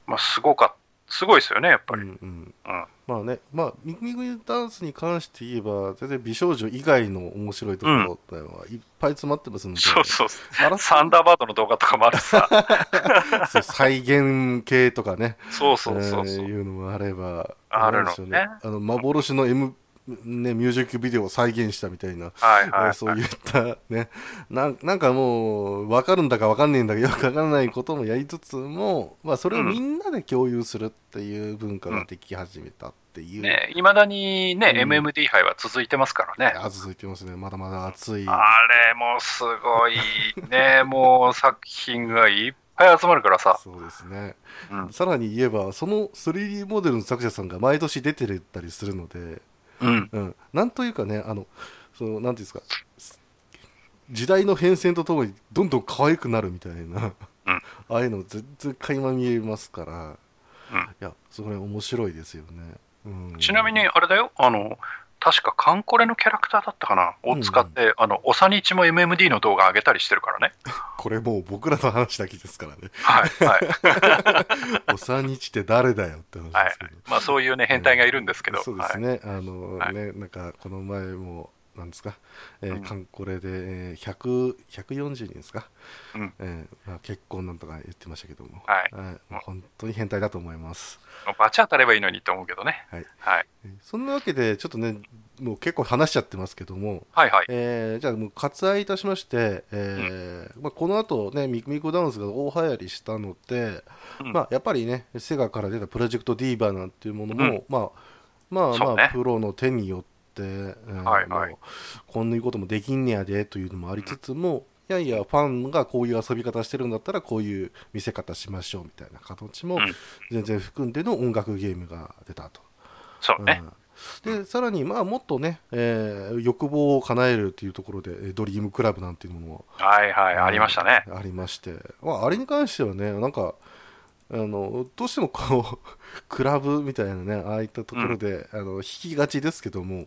[SPEAKER 5] まあ、すごかすごいですよねやっぱり。
[SPEAKER 4] うんうん
[SPEAKER 5] うん
[SPEAKER 4] まあね、まあ、ミクミクダンスに関して言えば、全然美少女以外の面白いところっていうのはいっぱい詰まってますので、
[SPEAKER 5] そうそう
[SPEAKER 4] マラソ
[SPEAKER 5] サンダーバードの動画とかもある しさ
[SPEAKER 4] ンそう再現系とかね、
[SPEAKER 5] そうそうそうそう
[SPEAKER 4] えーいうのもあれば、
[SPEAKER 5] あ
[SPEAKER 4] なん
[SPEAKER 5] るのね
[SPEAKER 4] でしょうあの幻の M、ね、ミュージックビデオを再現したみたいな、
[SPEAKER 5] はいはい、
[SPEAKER 4] え
[SPEAKER 5] は
[SPEAKER 4] ー
[SPEAKER 5] い、
[SPEAKER 4] そういったねなん、なんかもう、分かるんだか分かんねえんだかよく分からないこともやりつつも、まあ、それをみんなで共有するっていう文化ができ始めたっていう、
[SPEAKER 5] ねいまだにね、
[SPEAKER 4] うん
[SPEAKER 5] MMD 杯は続いてますからね。
[SPEAKER 4] あ続いてますね、まだまだ熱い。
[SPEAKER 5] あれもすごいね、もう作品がいっぱい集まるからさ。
[SPEAKER 4] そうですね、
[SPEAKER 5] うん
[SPEAKER 4] さらに言えば、その 3D モデルの作者さんが毎年出てるったりするので、
[SPEAKER 5] うん、
[SPEAKER 4] うん、なんというかね、あのそのなんていうんですか、時代の変遷とともにどんどん可愛くなるみたいな、
[SPEAKER 5] うん
[SPEAKER 4] ああいうの全然垣間見えますから、
[SPEAKER 5] うん
[SPEAKER 4] いや、それ面白いですよね。うん
[SPEAKER 5] ちなみに、あれだよ、あの、確かカンコレのキャラクターだったかな、を使って、あの、おさにちも MMD の動画上げたりしてるからね。
[SPEAKER 4] これもう僕らの話だけです からね
[SPEAKER 5] はい、 はい、
[SPEAKER 4] おさにちって誰だよって話
[SPEAKER 5] は
[SPEAKER 4] で
[SPEAKER 5] い
[SPEAKER 4] すけど、。
[SPEAKER 5] まあ、そういうね、変態がいるんですけど。
[SPEAKER 4] そうです
[SPEAKER 5] はい
[SPEAKER 4] ね、あの
[SPEAKER 5] はい
[SPEAKER 4] ねなんかこの前もなんですか、え
[SPEAKER 5] う
[SPEAKER 4] ー、
[SPEAKER 5] ん
[SPEAKER 4] カンコレで、えー、100 140人ですか、
[SPEAKER 5] うん
[SPEAKER 4] えーまあ、結婚なんとか言ってましたけども、
[SPEAKER 5] はい
[SPEAKER 4] もう本当に変態だと思います、
[SPEAKER 5] バチ当たればいいのにと思うけどね。
[SPEAKER 4] はい
[SPEAKER 5] はい、
[SPEAKER 4] えーそんなわけでちょっとねもう結構話しちゃってますけども、
[SPEAKER 5] はい、はい。
[SPEAKER 4] えーじゃあもう割愛いたしまして、えーまあ、この後ねミクミクダンスが大流行りしたので、
[SPEAKER 5] うん
[SPEAKER 4] まあ、やっぱりねセガから出たプロジェクトディーバーなんていうものも、
[SPEAKER 5] うん
[SPEAKER 4] まあまあ
[SPEAKER 5] そ
[SPEAKER 4] まあ、
[SPEAKER 5] うね
[SPEAKER 4] プロの手によって、えー
[SPEAKER 5] はいはい
[SPEAKER 4] もうこんなこともできんねやでというのもありつつも、いやいやファンがこういう遊び方してるんだったらこういう見せ方しましょうみたいな形も
[SPEAKER 5] うん
[SPEAKER 4] 全然含んでの音楽ゲームが出たと。
[SPEAKER 5] そうね。
[SPEAKER 4] うんでさらに、まあ、もっとね、えー欲望を叶えるというところで、えードリームクラブなんていうものも
[SPEAKER 5] はい、はい、ありましたね。
[SPEAKER 4] ありまして、まあ、あれに関してはね、なんか、あのどうしてもこう クラブみたいなね、ああいったところで、あの引きがちですけども、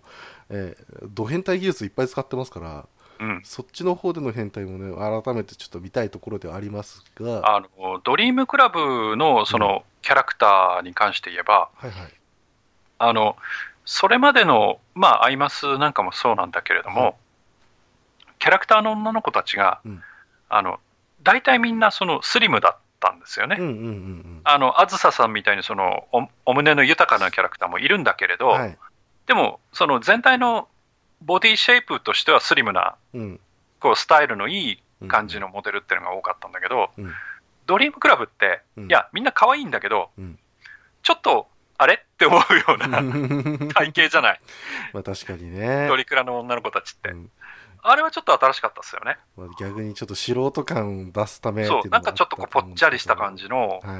[SPEAKER 4] えー、ド変態技術いっぱい使ってますから、
[SPEAKER 5] うん。
[SPEAKER 4] そっちの方での変態もね、改めてちょっと見たいところではありますが、
[SPEAKER 5] あの、ドリームクラブの、その、キャラクターに関して言えば、
[SPEAKER 4] はいはい、
[SPEAKER 5] あのそれまでの、まあ、アイマスなんかもそうなんだけれども、
[SPEAKER 4] はい
[SPEAKER 5] キャラクターの女の子たちが、
[SPEAKER 4] うん
[SPEAKER 5] あの大体みんなそのスリムだったんですよね。
[SPEAKER 4] うんうんうんうん、
[SPEAKER 5] あのあずささんみたいにそのおお胸の豊かなキャラクターもいるんだけれど、
[SPEAKER 4] はい、
[SPEAKER 5] でもその全体のボディシェイプとしてはスリムな
[SPEAKER 4] うん、
[SPEAKER 5] こうスタイルのいい
[SPEAKER 4] うん
[SPEAKER 5] 感じのモデルっていうのが多かったんだけど、
[SPEAKER 4] うん
[SPEAKER 5] ドリームクラブって、
[SPEAKER 4] うん
[SPEAKER 5] い やみんな可愛いんだけど、
[SPEAKER 4] うん
[SPEAKER 5] ちょっとあれって思うような 体型じゃない
[SPEAKER 4] まあ確かにね。
[SPEAKER 5] ドリクラの女の子たちって、
[SPEAKER 4] うん
[SPEAKER 5] あれはちょっと新しかったですよね、
[SPEAKER 4] まあ、逆にちょっと素人感を出すため
[SPEAKER 5] そうなんかちょっとこうぽっちゃりした感
[SPEAKER 4] じ
[SPEAKER 5] じの、
[SPEAKER 4] はいはいは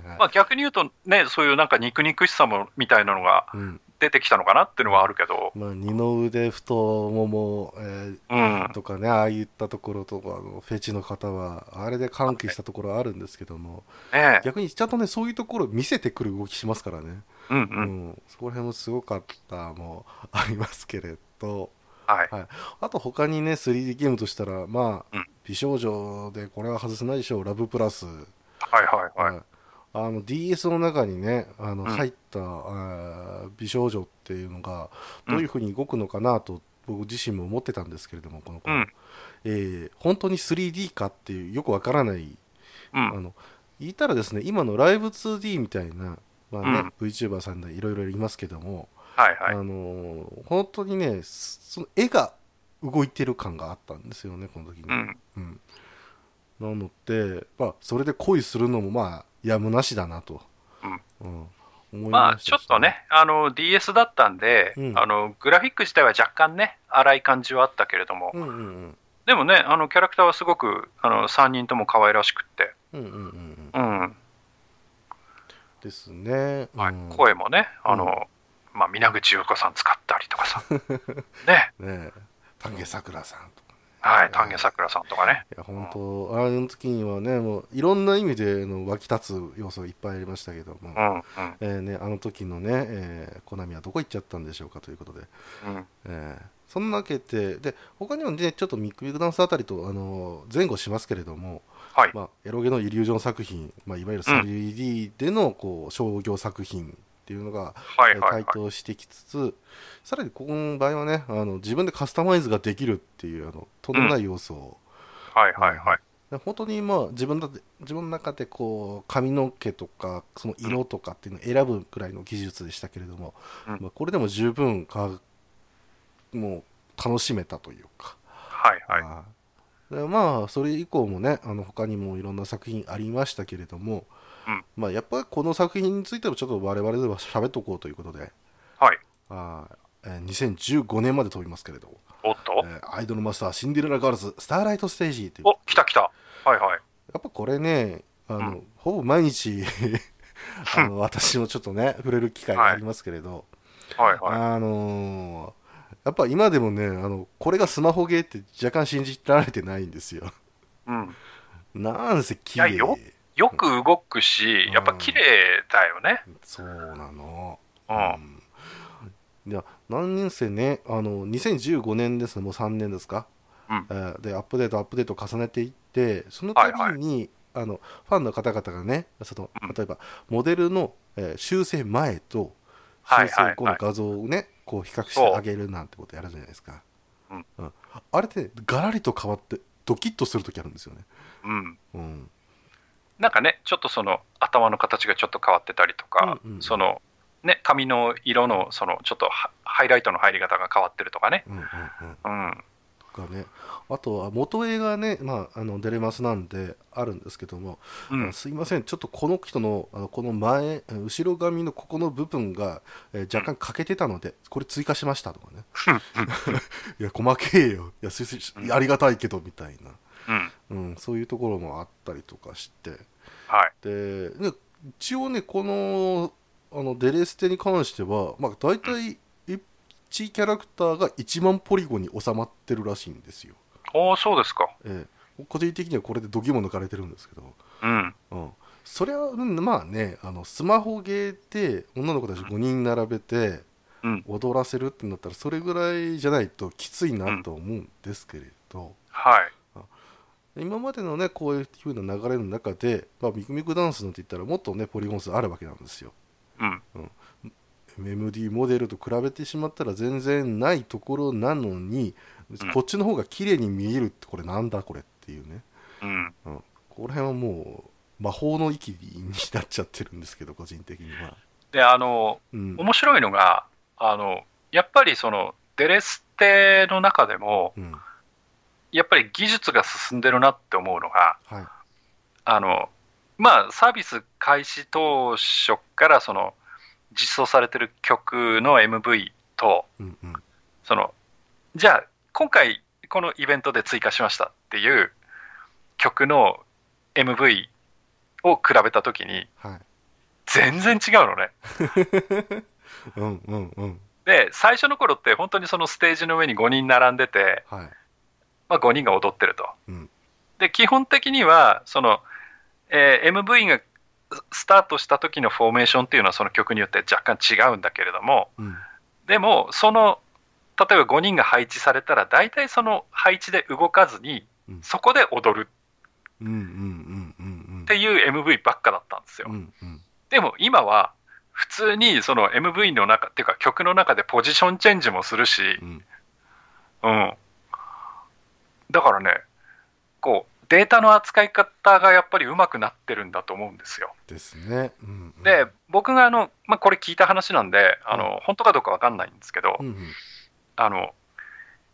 [SPEAKER 4] いはい、
[SPEAKER 5] まあ、逆に言うとねそういうなんか肉々しさもみたいなのが
[SPEAKER 4] うん
[SPEAKER 5] 出てきたのかなっていうのはあるけど、
[SPEAKER 4] まあ、二の腕太もも、えー
[SPEAKER 5] うん、
[SPEAKER 4] とかねああいったところとかあのフェチの方はあれで歓喜したところあるんですけども
[SPEAKER 5] ねえ
[SPEAKER 4] 逆にちゃんとねそういうところを見せてくる動きしますからね、
[SPEAKER 5] うんう
[SPEAKER 4] うんんそこら辺もすごかったもありますけれど
[SPEAKER 5] はい
[SPEAKER 4] あと他にね 3D ゲームとしたらまあ、
[SPEAKER 5] うん
[SPEAKER 4] 美少女でこれは外せないでしょうラブプラス
[SPEAKER 5] はいはいはい、
[SPEAKER 4] はいあの DS の中にねあの
[SPEAKER 5] ん
[SPEAKER 4] 入った、あー美少女っていうのがどういうふうに動くのかなと僕自身も思ってたんですけれどもこの子、
[SPEAKER 5] うん
[SPEAKER 4] えー本当に 3D かっていうよくわからない、
[SPEAKER 5] うん
[SPEAKER 4] あの言ったらですね今のライブ 2D みたいな、まあね VTuber さんでいろいろいますけども、
[SPEAKER 5] はいはい
[SPEAKER 4] あのー本当にねすその絵が動いてる感があったんですよねこの時に。
[SPEAKER 5] うん
[SPEAKER 4] うん、なので、まあ、それで恋するのもまあやむなしだなと、うん思い
[SPEAKER 5] まあ
[SPEAKER 4] し
[SPEAKER 5] ち
[SPEAKER 4] た
[SPEAKER 5] ょっとね、あの DS だったんで、
[SPEAKER 4] うん
[SPEAKER 5] あのグラフィック自体は若干ね、荒い感じはあったけれども、
[SPEAKER 4] うんうんうん
[SPEAKER 5] でもね、あのキャラクターはすごくあの3人とも可愛らしくって、
[SPEAKER 4] うんうんうんうん
[SPEAKER 5] うん
[SPEAKER 4] ですね、
[SPEAKER 5] はい
[SPEAKER 4] うん
[SPEAKER 5] 声もね、あの、まあ、皆口優子さん使ったりと かさね
[SPEAKER 4] ねえ丹下さくらさんとか
[SPEAKER 5] はい丹下さくらさんとかね
[SPEAKER 4] いや本当あの時にはねもういろんな意味であの湧き立つ要素がいっぱいありましたけども、
[SPEAKER 5] うんうん
[SPEAKER 4] えーね、あの時のね、えーコナミはどこ行っちゃったんでしょうかということで、
[SPEAKER 5] うん
[SPEAKER 4] えーそんなわけでで他にもねちょっとミックビックダンスあたりと、あの前後しますけれども、
[SPEAKER 5] はい、
[SPEAKER 4] まあ、エロゲのイリュージョン作品、まあ、いわゆる 3D でのこう商業作品っていうのが、
[SPEAKER 5] はいはいは
[SPEAKER 4] えー台
[SPEAKER 5] い
[SPEAKER 4] 頭してきつつさらにここの場合はねあの自分でカスタマイズができるっていうあのとんでもない要素を、
[SPEAKER 5] はいはいはい
[SPEAKER 4] で本当にまあ自分だって自分の中でこう髪の毛とかその色とかっていうのを選ぶくらいの技術でしたけれども、
[SPEAKER 5] うん
[SPEAKER 4] まあ、これでも十分かもう楽しめたというか、
[SPEAKER 5] はいはい
[SPEAKER 4] はいでまあそれ以降もねあの他にもいろんな作品ありましたけれども、
[SPEAKER 5] うん
[SPEAKER 4] まあ、やっぱりこの作品についてもちょっと我々では喋っとこうということで
[SPEAKER 5] はい
[SPEAKER 4] あーえー2015年まで飛びますけれど、
[SPEAKER 5] おっと
[SPEAKER 4] えーアイドルマスターシンデレラガールズスターライトステージという
[SPEAKER 5] お来た来たはいはい
[SPEAKER 4] やっぱこれね、あの、
[SPEAKER 5] う
[SPEAKER 4] ほぼ毎 日あの、私もちょっとね、触れる機会がありますけれど、
[SPEAKER 5] はいはい
[SPEAKER 4] あのーやっぱ今でもねあの、これがスマホゲーって若干信じられてないんですよ。
[SPEAKER 5] うん
[SPEAKER 4] なんせ綺
[SPEAKER 5] いや
[SPEAKER 4] 麗
[SPEAKER 5] よよく動くしやっぱ綺麗だよね
[SPEAKER 4] そうなの。
[SPEAKER 5] う
[SPEAKER 4] うんんいや何年生ねあの2015年ですねもう3年ですか、
[SPEAKER 5] うん
[SPEAKER 4] えーでアップデートアップデート重ねていってその度に、
[SPEAKER 5] はい
[SPEAKER 4] あのファンの方々がねその
[SPEAKER 5] うん
[SPEAKER 4] 例えばモデルの、えー修正前と
[SPEAKER 5] は
[SPEAKER 4] 修
[SPEAKER 5] いはいは
[SPEAKER 4] 正
[SPEAKER 5] い
[SPEAKER 4] 後の画像をねこう比較してあげるなんてことやるじゃないですか
[SPEAKER 5] うん
[SPEAKER 4] うんあれってガラリと変わってドキッとするときあるんですよね、
[SPEAKER 5] うん
[SPEAKER 4] うん
[SPEAKER 5] なんかね、ちょっとその頭の形がちょっと変わってたりとか、
[SPEAKER 4] うんうん
[SPEAKER 5] そのね、髪の色のそのちょっとハハイライトの入り方が変わってるとかね、
[SPEAKER 4] うんうんうん
[SPEAKER 5] うん、
[SPEAKER 4] とかねあとは元映がね、まあ、あのデレマスなんであるんですけども
[SPEAKER 5] うん、
[SPEAKER 4] すいません、ちょっとこの人のあのこの前、えー後ろ髪のここの部分が、えー若干欠けてたので、これ追加しましたとかね、 いや、細けえよ、いやすいすいありがたいけどみたいな、
[SPEAKER 5] うん、
[SPEAKER 4] うん、そういうところもあったりとかして、
[SPEAKER 5] はい、
[SPEAKER 4] でで一応ね、このあのデレステに関しては、まあ、大体1キャラクターが1万ポリゴンに収まってるらしいんですよ。
[SPEAKER 5] おーそうですか、
[SPEAKER 4] えー個人的にはこれで度肝抜かれてるんですけど。
[SPEAKER 5] うん、
[SPEAKER 4] うん、それは、うんまあねあのスマホゲーで女の子たち5人並べて
[SPEAKER 5] うん
[SPEAKER 4] 踊らせるってなったらそれぐらいじゃないときついなと思うんですけれど、
[SPEAKER 5] はい、
[SPEAKER 4] 今までのねこういうふうな流れの中で、まあ、ミクミクダンスなんて言ったらもっとねポリゴン数あるわけなんですよ。
[SPEAKER 5] うん、
[SPEAKER 4] MD モデルと比べてしまったら全然ないところなのに、
[SPEAKER 5] ん
[SPEAKER 4] こっちの方が綺麗に見えるってこれなんだこれっていうね
[SPEAKER 5] うん、
[SPEAKER 4] ここら辺はもう魔法の域になっちゃってるんですけど個人的には。
[SPEAKER 5] で、あの、
[SPEAKER 4] うん
[SPEAKER 5] 面白いのが、あの、やっぱりそのデレステの中でも、
[SPEAKER 4] うん
[SPEAKER 5] やっぱり技術が進んでるなって思うのが、
[SPEAKER 4] はい。
[SPEAKER 5] あのまあサービス開始当初からその実装されてる曲の MV と
[SPEAKER 4] うんうん。
[SPEAKER 5] そのじゃあ今回このイベントで追加しましたっていう曲の MV を比べた時に
[SPEAKER 4] はい。
[SPEAKER 5] 全然違うのね。
[SPEAKER 4] うんうんうん。
[SPEAKER 5] で最初の頃って本当にそのステージの上に5人並んでて、
[SPEAKER 4] はい。
[SPEAKER 5] まあ、5人が踊ってると。
[SPEAKER 4] うん
[SPEAKER 5] で基本的にはその、えー MV がスタートした時のフォーメーションっていうのはその曲によって若干違うんだけれども
[SPEAKER 4] うん。
[SPEAKER 5] でもその例えば5人が配置されたら大体その配置で動かずに
[SPEAKER 4] うん
[SPEAKER 5] そこで踊る
[SPEAKER 4] うんうんうんうんうん。
[SPEAKER 5] っていう MV ばっかだったんですよ。
[SPEAKER 4] うんうん。
[SPEAKER 5] でも今は普通にその MV の中っていうか曲の中でポジションチェンジもするし、
[SPEAKER 4] うん
[SPEAKER 5] うん。だからね、こう、データの扱い方がやっぱり上手くなってるんだと思うんですよ。
[SPEAKER 4] ですね。うんうん。
[SPEAKER 5] で、僕があの、まあ、これ聞いた話なんで、あの、本当かどうかわかんないんですけど
[SPEAKER 4] う、んうん。
[SPEAKER 5] あの、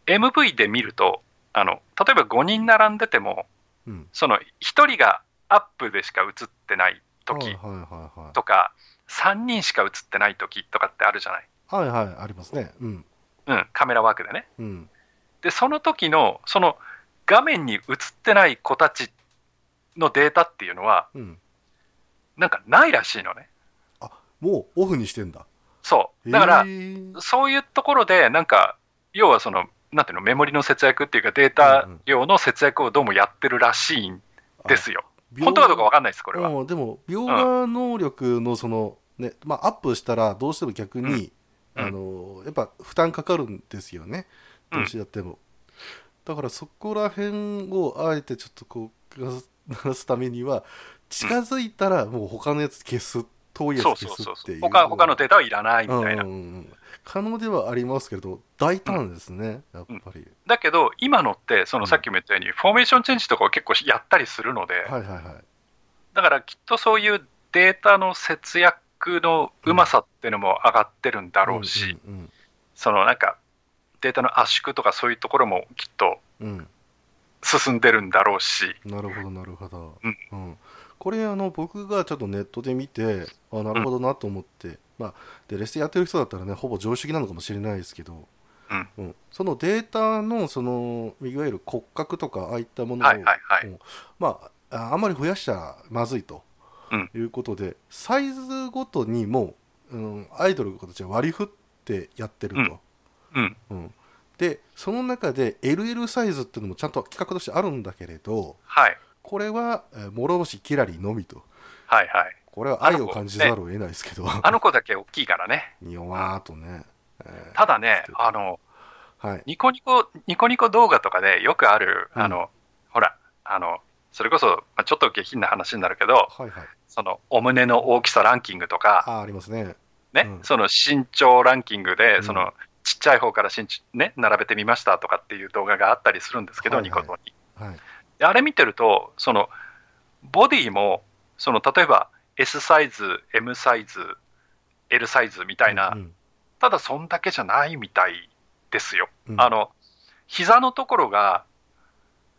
[SPEAKER 5] MV で見ると、あの、例えば5人並んでても、
[SPEAKER 4] うん。
[SPEAKER 5] その1人がアップでしか映ってない
[SPEAKER 4] はい
[SPEAKER 5] 時
[SPEAKER 4] はいはいはい。
[SPEAKER 5] とか、3人しか映ってない時とかってあるじゃない。
[SPEAKER 4] はいはい、ありますね。うん。
[SPEAKER 5] うん、カメラワークでね。
[SPEAKER 4] うん。
[SPEAKER 5] でその時のその画面に映ってない子たちのデータっていうのは
[SPEAKER 4] うん。
[SPEAKER 5] なんかないらしいのね
[SPEAKER 4] もうオフにしてんだ。
[SPEAKER 5] そうだから
[SPEAKER 4] え、ー
[SPEAKER 5] そういうところで、なんか、要はその、なんていうの、メモリの節約っていうか、データ量の節約をどうもやってるらしいんですよ。本当かどうかわかんないです、これは。
[SPEAKER 4] うんでも描画能力のその、ねまあ、アップしたらどうしても逆に、
[SPEAKER 5] うん
[SPEAKER 4] あのやっぱ負担かかるんですよね
[SPEAKER 5] うん
[SPEAKER 4] どうしてやっても、だからそこら辺をあえてちょっとこう鳴らす鳴らすためには近づいたらもう他のやつ消す遠いや
[SPEAKER 5] そう
[SPEAKER 4] つ
[SPEAKER 5] そ
[SPEAKER 4] 消
[SPEAKER 5] う
[SPEAKER 4] す
[SPEAKER 5] そう
[SPEAKER 4] っ
[SPEAKER 5] そ
[SPEAKER 4] て
[SPEAKER 5] う
[SPEAKER 4] いう
[SPEAKER 5] 他。他のデータはいらないみ
[SPEAKER 4] うんう
[SPEAKER 5] たい
[SPEAKER 4] んう
[SPEAKER 5] な。
[SPEAKER 4] ん可能ではありますけど大胆ですね、やっぱり、
[SPEAKER 5] だけど、今のって、そのさっきも言ったように、フォーメーションチェンジとかを結構やったりするので、
[SPEAKER 4] はいはいはい
[SPEAKER 5] だからきっとそういうデータの節約のうまさっていうのも上がってるんだろうし、
[SPEAKER 4] うん
[SPEAKER 5] そのなんか、データの圧縮とかそういうところもきっと
[SPEAKER 4] うんうん
[SPEAKER 5] 進んでるんだろうし、
[SPEAKER 4] なるほどなるほど、
[SPEAKER 5] うん
[SPEAKER 4] これあの僕がちょっとネットで見てあなるほどなと思って、まあ、でレステやってる人だったらねほぼ常識なのかもしれないですけど、
[SPEAKER 5] うん
[SPEAKER 4] そのデータのそのいわゆる骨格とかああいったものを、
[SPEAKER 5] はいはいはい
[SPEAKER 4] うんまあ、ああんまり増やしちゃまずいと、
[SPEAKER 5] うん
[SPEAKER 4] いうことでサイズごとにもう、うん、アイドルの子たちは割り振ってやってると。
[SPEAKER 5] うん
[SPEAKER 4] うんでその中で LL サイズっていうのもちゃんと企画としてあるんだけれど、
[SPEAKER 5] はい、
[SPEAKER 4] これは、えー諸星キラリのみと。
[SPEAKER 5] はい、はい。
[SPEAKER 4] これは愛を感じざるを得ないですけど。
[SPEAKER 5] あの子だけ大きいからね。
[SPEAKER 4] 弱ーとね。え
[SPEAKER 5] ただね
[SPEAKER 4] そう、
[SPEAKER 5] あの、
[SPEAKER 4] ーはい。
[SPEAKER 5] ニコニコ、ニコニコ動画とかでよくある、
[SPEAKER 4] うん
[SPEAKER 5] あの、ほら、あの、それこそ、まあ、ちょっと下品な話になるけど、
[SPEAKER 4] はいはい。
[SPEAKER 5] その、お胸の大きさランキングとか、
[SPEAKER 4] あー、ありますね。
[SPEAKER 5] ね、
[SPEAKER 4] うん
[SPEAKER 5] その身長ランキング
[SPEAKER 4] う
[SPEAKER 5] で、
[SPEAKER 4] ん
[SPEAKER 5] その、ちっちゃい方から身長、ね、並べてみましたとかっていう動画があったりするんですけど、
[SPEAKER 4] はいはい
[SPEAKER 5] ニコ動に。
[SPEAKER 4] はい。
[SPEAKER 5] であれ見てると、その、ボディも、その、例えば、S サイズ、M サイズ、L サイズみたいな、
[SPEAKER 4] うん
[SPEAKER 5] ただそんだけじゃないみたいですよ。
[SPEAKER 4] うん
[SPEAKER 5] あの膝のところが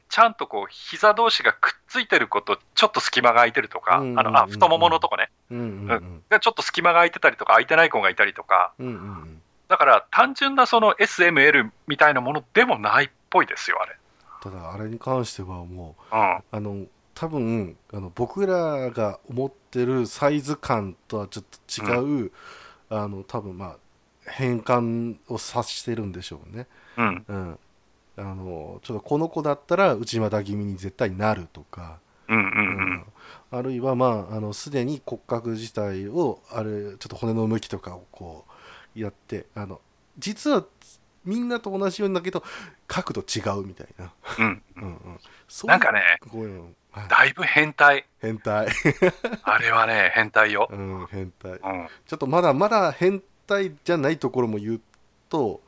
[SPEAKER 5] ちゃんとこう膝同士がくっついてることちょっと隙間が空いてると
[SPEAKER 4] う
[SPEAKER 5] か、
[SPEAKER 4] んうんうんうん
[SPEAKER 5] あのあ太もものとこね
[SPEAKER 4] うんうんうん。
[SPEAKER 5] がちょっと隙間が空いてたりとか空いてない子がいたりとか
[SPEAKER 4] うんうんうん。
[SPEAKER 5] だから単純なその SML みたいなものでもないっぽいですよあれ。
[SPEAKER 4] ただ、あれに関してはもう、
[SPEAKER 5] うん
[SPEAKER 4] あの、多分あの僕らが思ってるサイズ感とはちょっと違う、あの多分まあ変換を察してるんでしょうね、
[SPEAKER 5] うん
[SPEAKER 4] うん、あのちょっとこの子だったら内股気味に絶対なるとか、
[SPEAKER 5] うんう
[SPEAKER 4] うんんあるいはまああのすでに骨格自体をあれちょっと骨の向きとかをこうやってあの実はみんなと同じようにだけど角度違うみたいな、
[SPEAKER 5] うんうん
[SPEAKER 4] うんうん、そういう
[SPEAKER 5] なんかね
[SPEAKER 4] こういうのはい
[SPEAKER 5] だいぶ変態
[SPEAKER 4] 変態、
[SPEAKER 5] あれはね変態よ、
[SPEAKER 4] うん、変態
[SPEAKER 5] うん、
[SPEAKER 4] ちょっとまだまだ変態じゃないところも言うと、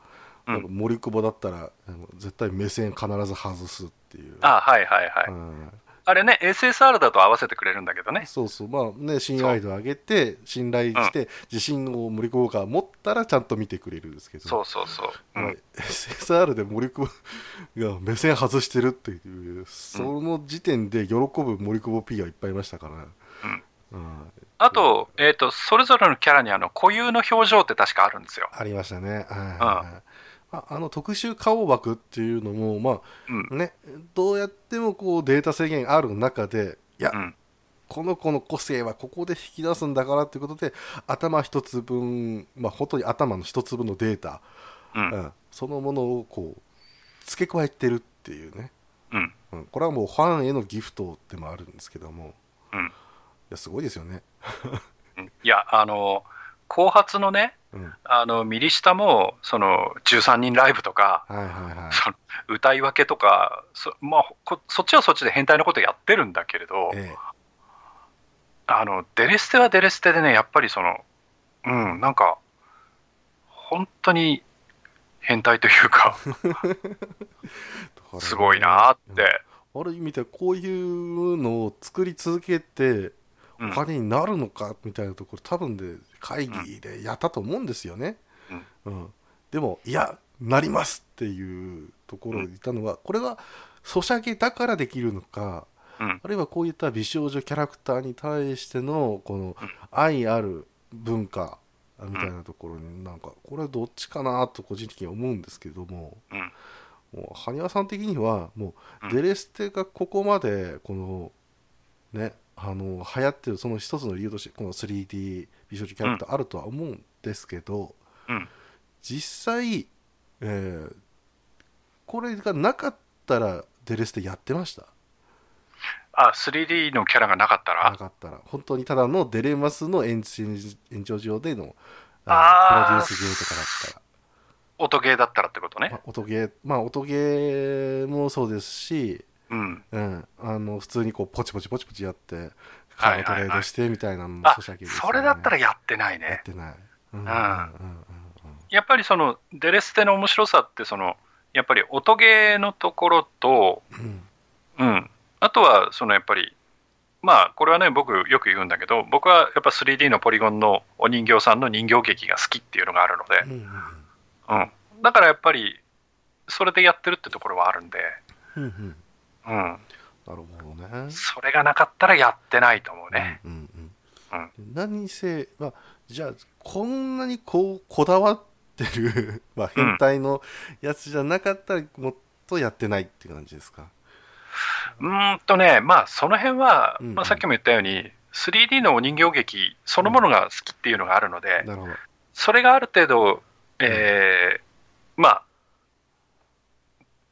[SPEAKER 5] うん
[SPEAKER 4] やっぱ森久保だったらあの絶対目線必ず外すっていう
[SPEAKER 5] あはいはいはい、
[SPEAKER 4] うん
[SPEAKER 5] あれね SSR だと合わせてくれるんだけどね
[SPEAKER 4] そうそう、まあね、信頼度上げて、信頼して、自信を森久保が持ったらちゃんと見てくれるんですけど、
[SPEAKER 5] そうそうそう、う
[SPEAKER 4] まあ
[SPEAKER 5] ん、
[SPEAKER 4] SSR で森久保が目線外してるっていう、その時点で喜ぶ森久保 P がいっぱいいましたから、うん
[SPEAKER 5] あと,、えー、と、それぞれのキャラにあの固有の表情って確かあるんですよ。
[SPEAKER 4] ありましたね。はいまあ、あの特殊顔枠っていうのも、ま
[SPEAKER 5] うん
[SPEAKER 4] あね、どうやってもこうデータ制限ある中で、いや、
[SPEAKER 5] うん
[SPEAKER 4] この子の個性はここで引き出すんだからということで、頭一つ分、まあ、本当に頭の一つ分のデータ、
[SPEAKER 5] うん
[SPEAKER 4] うんそのものをこう付け加えてるっていうね、
[SPEAKER 5] うん
[SPEAKER 4] うんこれはもうファンへのギフトでもあるんですけども、
[SPEAKER 5] うん
[SPEAKER 4] いやすごいですよね。
[SPEAKER 5] うんいや、あの後発のね、
[SPEAKER 4] うん、はい
[SPEAKER 5] あのミリシタもその13人ライブとか、
[SPEAKER 4] はいは
[SPEAKER 5] その歌い分けとかそ,、まあ、こそっちはそっちで変態のことやってるんだけれど
[SPEAKER 4] い。、え
[SPEAKER 5] あのデレステはデレステでね、やっぱりその、うん、なんか、本当に変態というか、
[SPEAKER 4] えだから
[SPEAKER 5] すごいなーって。
[SPEAKER 4] ある意味でこういうのを作り続けて
[SPEAKER 5] うん
[SPEAKER 4] お金になるのかみたいなところ多分で会議でやったと思うんですよね。うんでもいやなりますっていうところを言ったのはこれはソシャゲだからできるのか
[SPEAKER 5] うん
[SPEAKER 4] あるいはこういった美少女キャラクターに対してのこの愛ある文化みたいなところになんかこれはどっちかなと個人的には思うんですけども。
[SPEAKER 5] うん
[SPEAKER 4] もう羽生さん的にはもう
[SPEAKER 5] う
[SPEAKER 4] んデレステがここまでこのねあの流行ってるその一つの理由としてこの 3D 美少女キャラクターあるとは思うんですけど
[SPEAKER 5] うん
[SPEAKER 4] 実際、えーこれがなかったらデレステやってました
[SPEAKER 5] あ 3D のキャラがなかったら
[SPEAKER 4] なかったら本当にただのデレマスの延伸延長上での
[SPEAKER 5] あー
[SPEAKER 4] あのプロデュースゲーとかだったら
[SPEAKER 5] 音ゲーだったらってことね
[SPEAKER 4] まあ、音ゲーまあ音ゲーもそうですし、
[SPEAKER 5] うん
[SPEAKER 4] うん、あの普通にこうポチポチポチポチやってカ
[SPEAKER 5] は
[SPEAKER 4] ー
[SPEAKER 5] いはいはい
[SPEAKER 4] ドトレードしてみたいなのも
[SPEAKER 5] あ
[SPEAKER 4] ソシャゲですよね
[SPEAKER 5] それだったらやってない
[SPEAKER 4] やっ
[SPEAKER 5] ね
[SPEAKER 4] てない、うんうん
[SPEAKER 5] ん
[SPEAKER 4] うん
[SPEAKER 5] やっぱりそのデレステの面白さってそのやっぱり音ゲーのところと、
[SPEAKER 4] うんうん
[SPEAKER 5] うん、あとはそのやっぱりまあこれはね僕よく言うんだけど僕はやっぱ 3D のポリゴンのお人形さんの人形劇が好きっていうのがあるので、
[SPEAKER 4] うん
[SPEAKER 5] うん、だからやっぱりそれでやってるってところはあるんで、
[SPEAKER 4] うんうん
[SPEAKER 5] うん、
[SPEAKER 4] なるほどね
[SPEAKER 5] それがなかったらやってないと思うね。
[SPEAKER 4] うんうんうん、何せ、まあ、じゃあこんなにこうこだわってる まあ変態のやつじゃなかったらもっとやってないって感じですか、
[SPEAKER 5] うーんとね、まあその辺は、
[SPEAKER 4] うんうん
[SPEAKER 5] まあ、さっきも言ったように 3D のお人形劇そのものが好きっていうのがあるので、
[SPEAKER 4] なるほど
[SPEAKER 5] それがある程度、えーまあ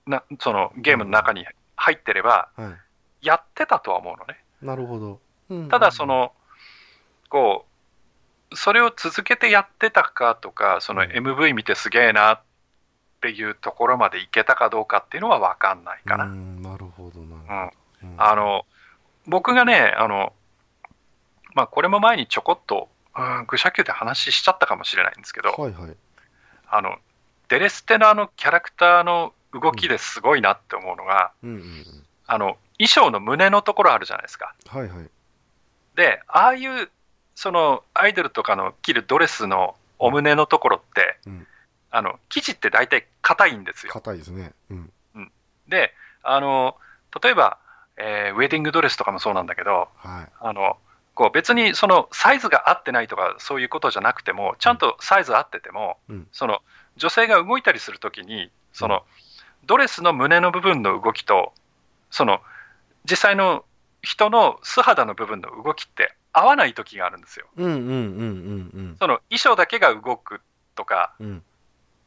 [SPEAKER 5] なそのゲームの中に入ってれば
[SPEAKER 4] は
[SPEAKER 5] やってたとは思うのね。
[SPEAKER 4] いなるほど、うん
[SPEAKER 5] ただそのこうそれを続けてやってたかとかその
[SPEAKER 4] うん
[SPEAKER 5] MV 見てすげえなっていうところまでいけたかどうかっていうのは分かんないかな。
[SPEAKER 4] うんなるほどなる
[SPEAKER 5] う
[SPEAKER 4] ほど、
[SPEAKER 5] ん
[SPEAKER 4] うん
[SPEAKER 5] あの僕がねあの、まあ、これも前にちょこっと、うん、愚者級で話しちゃったかもしれないんですけど、
[SPEAKER 4] はいはい
[SPEAKER 5] あのデレステのあのキャラクターの動きですごいなって思うのが、
[SPEAKER 4] うんうんうん
[SPEAKER 5] あの衣装の胸のところあるじゃないですか。
[SPEAKER 4] はいはい
[SPEAKER 5] でああいうそのアイドルとかの着るドレスのお胸のところって、
[SPEAKER 4] うん
[SPEAKER 5] あの生地って大体硬いんですよ。
[SPEAKER 4] 硬いですねうん
[SPEAKER 5] であの例えば、えーウェディングドレスとかもそうなんだけど
[SPEAKER 4] はい
[SPEAKER 5] あのこう別にそのサイズが合ってないとかそういうことじゃなくてもちゃんとサイズ合ってても、
[SPEAKER 4] うん
[SPEAKER 5] その女性が動いたりするときにそのドレスの胸の部分の動きとその実際の人の素肌の部分の動きって合わない時があるんですよ。
[SPEAKER 4] うんうんうんうん
[SPEAKER 5] その衣装だけが動くとか、
[SPEAKER 4] うんうん
[SPEAKER 5] う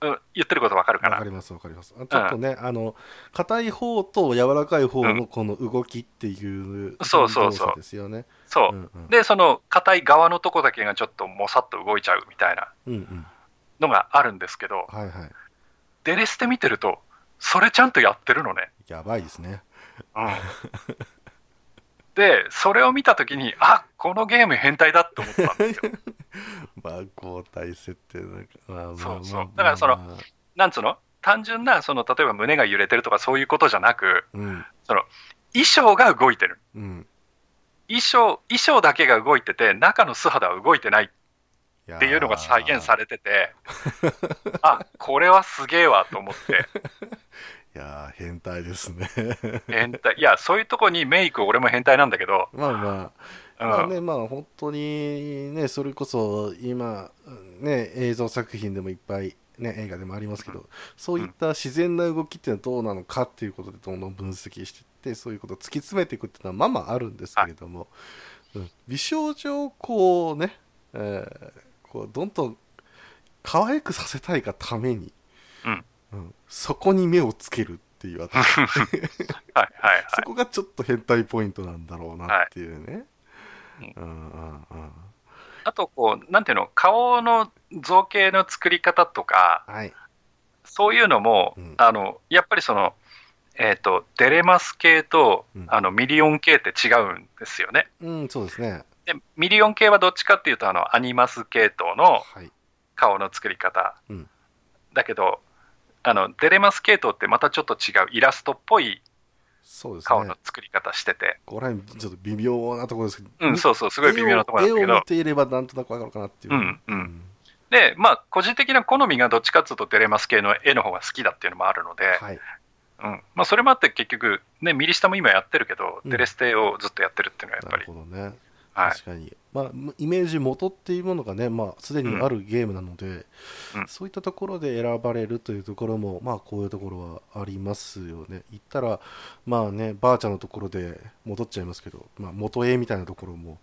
[SPEAKER 5] ん言ってることわかるか
[SPEAKER 4] わか
[SPEAKER 5] な
[SPEAKER 4] りますわかりますあちょっとね、あの硬い方と柔らかい方のこの動きっていう
[SPEAKER 5] そうそうそ
[SPEAKER 4] 動
[SPEAKER 5] う
[SPEAKER 4] 作ですよね
[SPEAKER 5] そうう。
[SPEAKER 4] んうん
[SPEAKER 5] で、その硬い側のとこだけがちょっともさっと動いちゃうみたいな
[SPEAKER 4] うんうん
[SPEAKER 5] のがあるんですけど、
[SPEAKER 4] はいはい
[SPEAKER 5] デレステ見てると、それちゃんとやってるのね。
[SPEAKER 4] やばいですね
[SPEAKER 5] うんで、それを見たときに、あこのゲーム変態だって思ったんです よ。
[SPEAKER 4] まあ交代設定なんかまあまあまあ
[SPEAKER 5] そうそうだからその
[SPEAKER 4] まあ
[SPEAKER 5] なんつうの単純な、その例えば胸が揺れてるとかそういうことじゃなく、
[SPEAKER 4] うん
[SPEAKER 5] 衣装が動いてる。
[SPEAKER 4] うん
[SPEAKER 5] 衣装、衣装だけが動いてて、中の素肌は動いてない
[SPEAKER 4] っ
[SPEAKER 5] っていうのが再現さ
[SPEAKER 4] れ
[SPEAKER 5] れてて、あこれはすげえわと思って、
[SPEAKER 4] いやー変態ですね
[SPEAKER 5] 変態、いや、そういうとこにメイク、俺も変態なんだけど、
[SPEAKER 4] まあまあ
[SPEAKER 5] うん
[SPEAKER 4] まあね、まあ本当にね、それこそ今、ね、映像作品でもいっぱい、ね、映画でもありますけど、そういった自然な動きっていうのはどうなのかっていうことでどんどん分析していって、そういうことを突き詰めていくっていうのはまあまああるんですけれども、うん美少女をこうね、えーこうどんどん可愛くさせたいがために、
[SPEAKER 5] うん
[SPEAKER 4] うんそこに目をつけるっていうあたり、
[SPEAKER 5] はいはいはい
[SPEAKER 4] そこがちょっと変態ポイントなんだろうなっていうね。
[SPEAKER 5] はい
[SPEAKER 4] うんうんうん
[SPEAKER 5] あとこう、なんていうの、顔の造形の作り方とか、
[SPEAKER 4] はい。
[SPEAKER 5] そういうのも、
[SPEAKER 4] うん
[SPEAKER 5] あのやっぱりその、えー、とデレマス系と、
[SPEAKER 4] うん
[SPEAKER 5] あのミリオン系って違うんですよね。
[SPEAKER 4] うん、そうですね。
[SPEAKER 5] でミリオン系はどっちかっていうとあのアニマス系統の
[SPEAKER 4] はい。
[SPEAKER 5] 顔の作り方、
[SPEAKER 4] うん
[SPEAKER 5] だけどあのデレマス系統ってまたちょっと違うイラストっぽい
[SPEAKER 4] そうです
[SPEAKER 5] 顔
[SPEAKER 4] ね
[SPEAKER 5] の。作り方してて、
[SPEAKER 4] ここら辺、ちょっと微妙なところですけど。
[SPEAKER 5] うん、そうそうすごい微妙なところなんだけ
[SPEAKER 4] 絵を絵を
[SPEAKER 5] ど
[SPEAKER 4] 見、ていればなんとなくわかるかなっていう。
[SPEAKER 5] うんうん、でまあ個人的な好みがどっちかっていうとデレマス系の絵の方が好きだっていうのもあるので、
[SPEAKER 4] はい。
[SPEAKER 5] うんまあ、それもあって結局ねミリスタも今やってるけど、
[SPEAKER 4] うん
[SPEAKER 5] デレステをずっとやってるっていうのはや
[SPEAKER 4] な
[SPEAKER 5] っぱ
[SPEAKER 4] る
[SPEAKER 5] り、
[SPEAKER 4] ほどね。
[SPEAKER 5] はい、
[SPEAKER 4] 確かに。まあ、イメージ元っていうものがね、まあ、すでにあるゲームなので、
[SPEAKER 5] うん
[SPEAKER 4] そういったところで選ばれるというところも、まあ、こういうところはありますよね。言ったら、まあね、ばあちゃんのところで戻っちゃいますけど、まあ、元絵みたいなところも、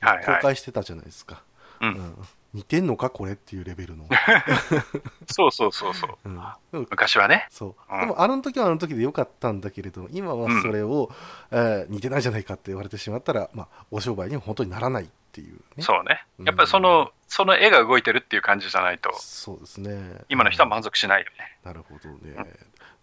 [SPEAKER 5] はいはい
[SPEAKER 4] 公開してたじゃないですか。
[SPEAKER 5] うん
[SPEAKER 4] うん似てんのかこれっていうレベ ルの、
[SPEAKER 5] そうそうそうそう。
[SPEAKER 4] うん、でも
[SPEAKER 5] 昔はね。
[SPEAKER 4] そう
[SPEAKER 5] うん
[SPEAKER 4] でもあの時はあの時でよかったんだけれども今はそれを、えー似てないじゃないかって言われてしまったら、まあ、お商売にも本当にならないっていうね
[SPEAKER 5] そうね。やっぱりその、その絵が動いてるっていう感じじゃないと、
[SPEAKER 4] そうですね
[SPEAKER 5] 今の人は満足しないよね。
[SPEAKER 4] なるほどね、ま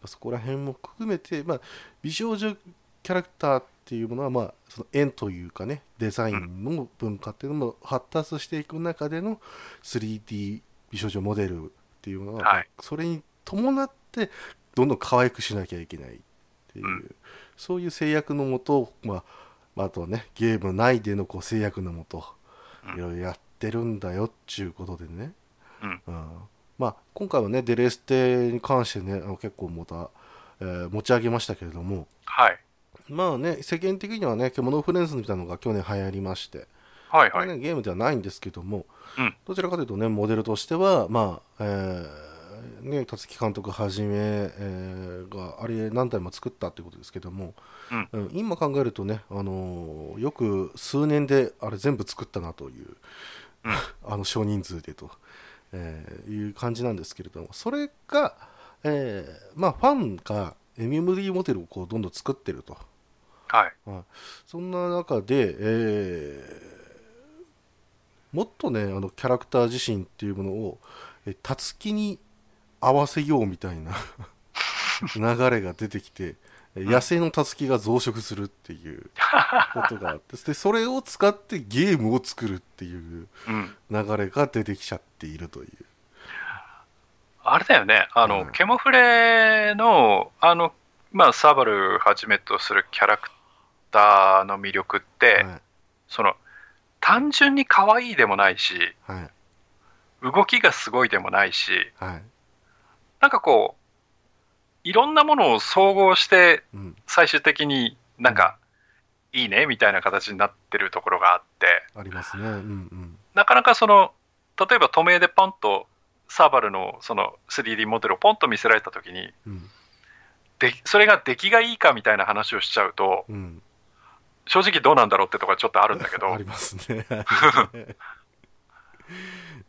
[SPEAKER 4] あそこら辺も含めて、まあ、美少女キャラクターっていうものは、まあ、その縁というかねデザインの文化っていうのも発達していく中での 3D 美少女モデルっていうのは、
[SPEAKER 5] はい
[SPEAKER 4] それに伴ってどんどん可愛くしなきゃいけないっていう、
[SPEAKER 5] うん
[SPEAKER 4] そういう制約のもと、まあ、あとはねゲーム内でのこう制約のもと
[SPEAKER 5] うん
[SPEAKER 4] いろいろやってるんだよっちゅうことでね、
[SPEAKER 5] うん
[SPEAKER 4] まあ、今回はねデレステに関してねあの結構また、えー持ち上げましたけれども
[SPEAKER 5] はい。
[SPEAKER 4] まあね世間的にはね「獣フレンズ」みたいなのが去年流行りまして、
[SPEAKER 5] はい
[SPEAKER 4] こ
[SPEAKER 5] は
[SPEAKER 4] れ
[SPEAKER 5] い。
[SPEAKER 4] ね、ゲームではないんですけども、
[SPEAKER 5] うん
[SPEAKER 4] どちらかというとねモデルとしてはまあえーね、辰木監督はじめ、えーがあれ何台も作ったということですけども、
[SPEAKER 5] うん
[SPEAKER 4] うん今考えるとね、あのーよく数年であれ全部作ったなという、
[SPEAKER 5] うん
[SPEAKER 4] あの少人数でと、えーいう感じなんですけれどもそれが、えーまあ、ファンが MMD モデルをこうどんどん作ってると
[SPEAKER 5] はい。
[SPEAKER 4] そんな中で、えーもっとねあのキャラクター自身っていうものをえーたつきに合わせようみたいな 流れが出てきてえー野生のたつきが増殖するっていうことがあって でそれを使ってゲームを作るっていう
[SPEAKER 5] うん。
[SPEAKER 4] 流れが出てきちゃっているという
[SPEAKER 5] あれだよね、あの、
[SPEAKER 4] うん
[SPEAKER 5] ケモフレの、あの、まあ、サバルはじめとするキャラクターの魅力って、
[SPEAKER 4] はい
[SPEAKER 5] その、単純に可愛いでもないし、
[SPEAKER 4] はい
[SPEAKER 5] 動きがすごいでもないし、
[SPEAKER 4] はい
[SPEAKER 5] なんかこう、いろんなものを総合して、
[SPEAKER 4] うん
[SPEAKER 5] 最終的になんか、いいねみたいな形になってるところがあって、
[SPEAKER 4] ありますねうんうん
[SPEAKER 5] なかなかその、例えば透明でポンと、サーバルのその 3D モデルをポンと見せられたときに、
[SPEAKER 4] うん
[SPEAKER 5] でそれが出来がいいかみたいな話をしちゃうと
[SPEAKER 4] うん
[SPEAKER 5] 正直どうなんだろうってとこはちょっとあるんだけど
[SPEAKER 4] ありますね。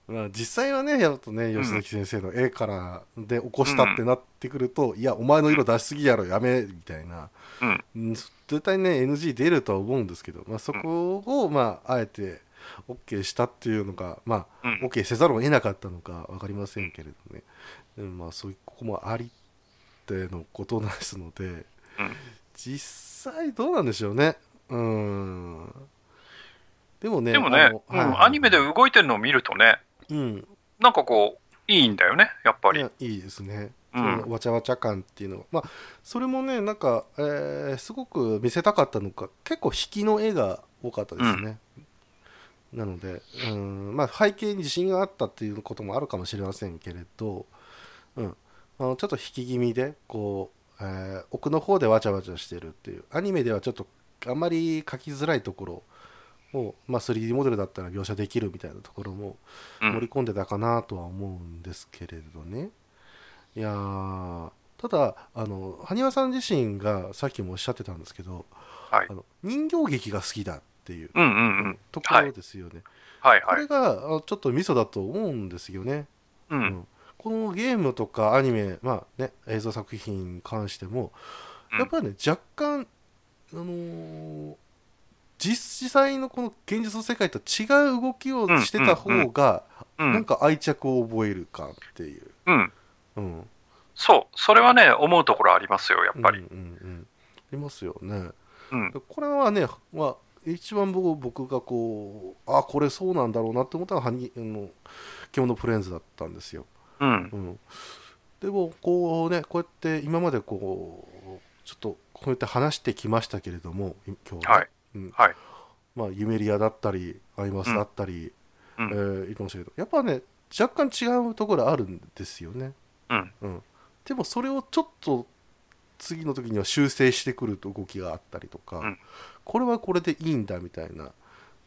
[SPEAKER 4] まあ実際はね、やっとね、吉崎先生の絵からで起こしたってなってくると、いや、お前の色出しすぎやろ、やめ、みたいな、
[SPEAKER 5] うん
[SPEAKER 4] うん絶対ね、NG 出るとは思うんですけど、まあ、そこを、まあ、あえて OK したっていうのが、まあ、
[SPEAKER 5] うん
[SPEAKER 4] OK せざるを得なかったのか分かりませんけれどね、でもまあ、そういうここもありってのことなんですので、実際どうなんでしょうね。うん。でもね、
[SPEAKER 5] でも
[SPEAKER 4] あ
[SPEAKER 5] ね
[SPEAKER 4] の、
[SPEAKER 5] うん
[SPEAKER 4] はい
[SPEAKER 5] アニメで動いてるのを見るとね
[SPEAKER 4] うん、やっ
[SPEAKER 5] なんかこういいんだよねやっぱり
[SPEAKER 4] いいですね。
[SPEAKER 5] うん
[SPEAKER 4] そのわちゃわちゃ感っていうのは、まあ、それもね、なんか、えーすごく見せたかったのか、結構引きの絵が多かったですね。なので、うんまあ、背景に自信があったっていうこともあるかもしれませんけれど、うん、あのちょっと引き気味でこう、えー奥の方でわちゃわちゃしてるっていうアニメではちょっとあんまり描きづらいところを、まあ、3D モデルだったら描写できるみたいなところも
[SPEAKER 5] うん
[SPEAKER 4] 盛り込んでたかなとは思うんですけれどね、いやーただあの埴輪さん自身がさっきもおっしゃってたんですけど、
[SPEAKER 5] はい
[SPEAKER 4] あの人形劇が好きだっていう
[SPEAKER 5] うんうんうん
[SPEAKER 4] ところですよね、
[SPEAKER 5] はい
[SPEAKER 4] こ
[SPEAKER 5] は
[SPEAKER 4] れ
[SPEAKER 5] い
[SPEAKER 4] があのちょっとミソだと思うんですよね、
[SPEAKER 5] う
[SPEAKER 4] うんこのゲームとかアニメ、まあね、映像作品に関しても
[SPEAKER 5] うん
[SPEAKER 4] やっぱりね若干、あのー実際のこの現実の世界と違う動きをしてた方が
[SPEAKER 5] う
[SPEAKER 4] なん
[SPEAKER 5] ん
[SPEAKER 4] か愛着を覚えるかっていう、
[SPEAKER 5] うん
[SPEAKER 4] うん、や
[SPEAKER 5] そうそれはね思うところありますよやっぱり
[SPEAKER 4] うんうんうん、いますよね。
[SPEAKER 5] うん
[SPEAKER 4] でこれはね、まあ、一番僕僕がこうあこれそうなんだろうなって思ったのはハニあの「獣フレンズ」だったんですよ。
[SPEAKER 5] うん
[SPEAKER 4] うん、でもこうねこうやって今までこうちょっとこうやって話してきましたけれども今日ね
[SPEAKER 5] はい
[SPEAKER 4] うん
[SPEAKER 5] はい
[SPEAKER 4] まあ、ユメリアだったりアイマスだったり、
[SPEAKER 5] うん
[SPEAKER 4] えーいいかもしれないけどやっぱね若干違うところあるんですよね、
[SPEAKER 5] うん
[SPEAKER 4] でもそれをちょっと次の時には修正してくる動きがあったりとか、
[SPEAKER 5] うん
[SPEAKER 4] これはこれでいいんだみたいな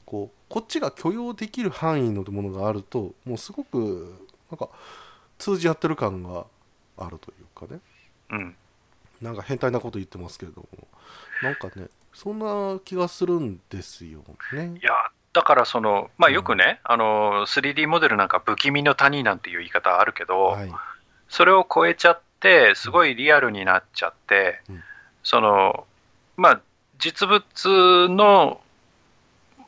[SPEAKER 4] こうこっちが許容できる範囲のものがあるともうすごくなんか通じ合ってる感があるというかね
[SPEAKER 5] うん
[SPEAKER 4] なんか変態なこと言ってますけれどもなんかねそんな気がするんですよね
[SPEAKER 5] い。やだからその、まあ、よくね、あの 3D モデルなんか不気味の谷なんていう言い方あるけど、
[SPEAKER 4] はい、
[SPEAKER 5] それを超えちゃってすごいリアルになっちゃって、
[SPEAKER 4] うん
[SPEAKER 5] そのまあ実物の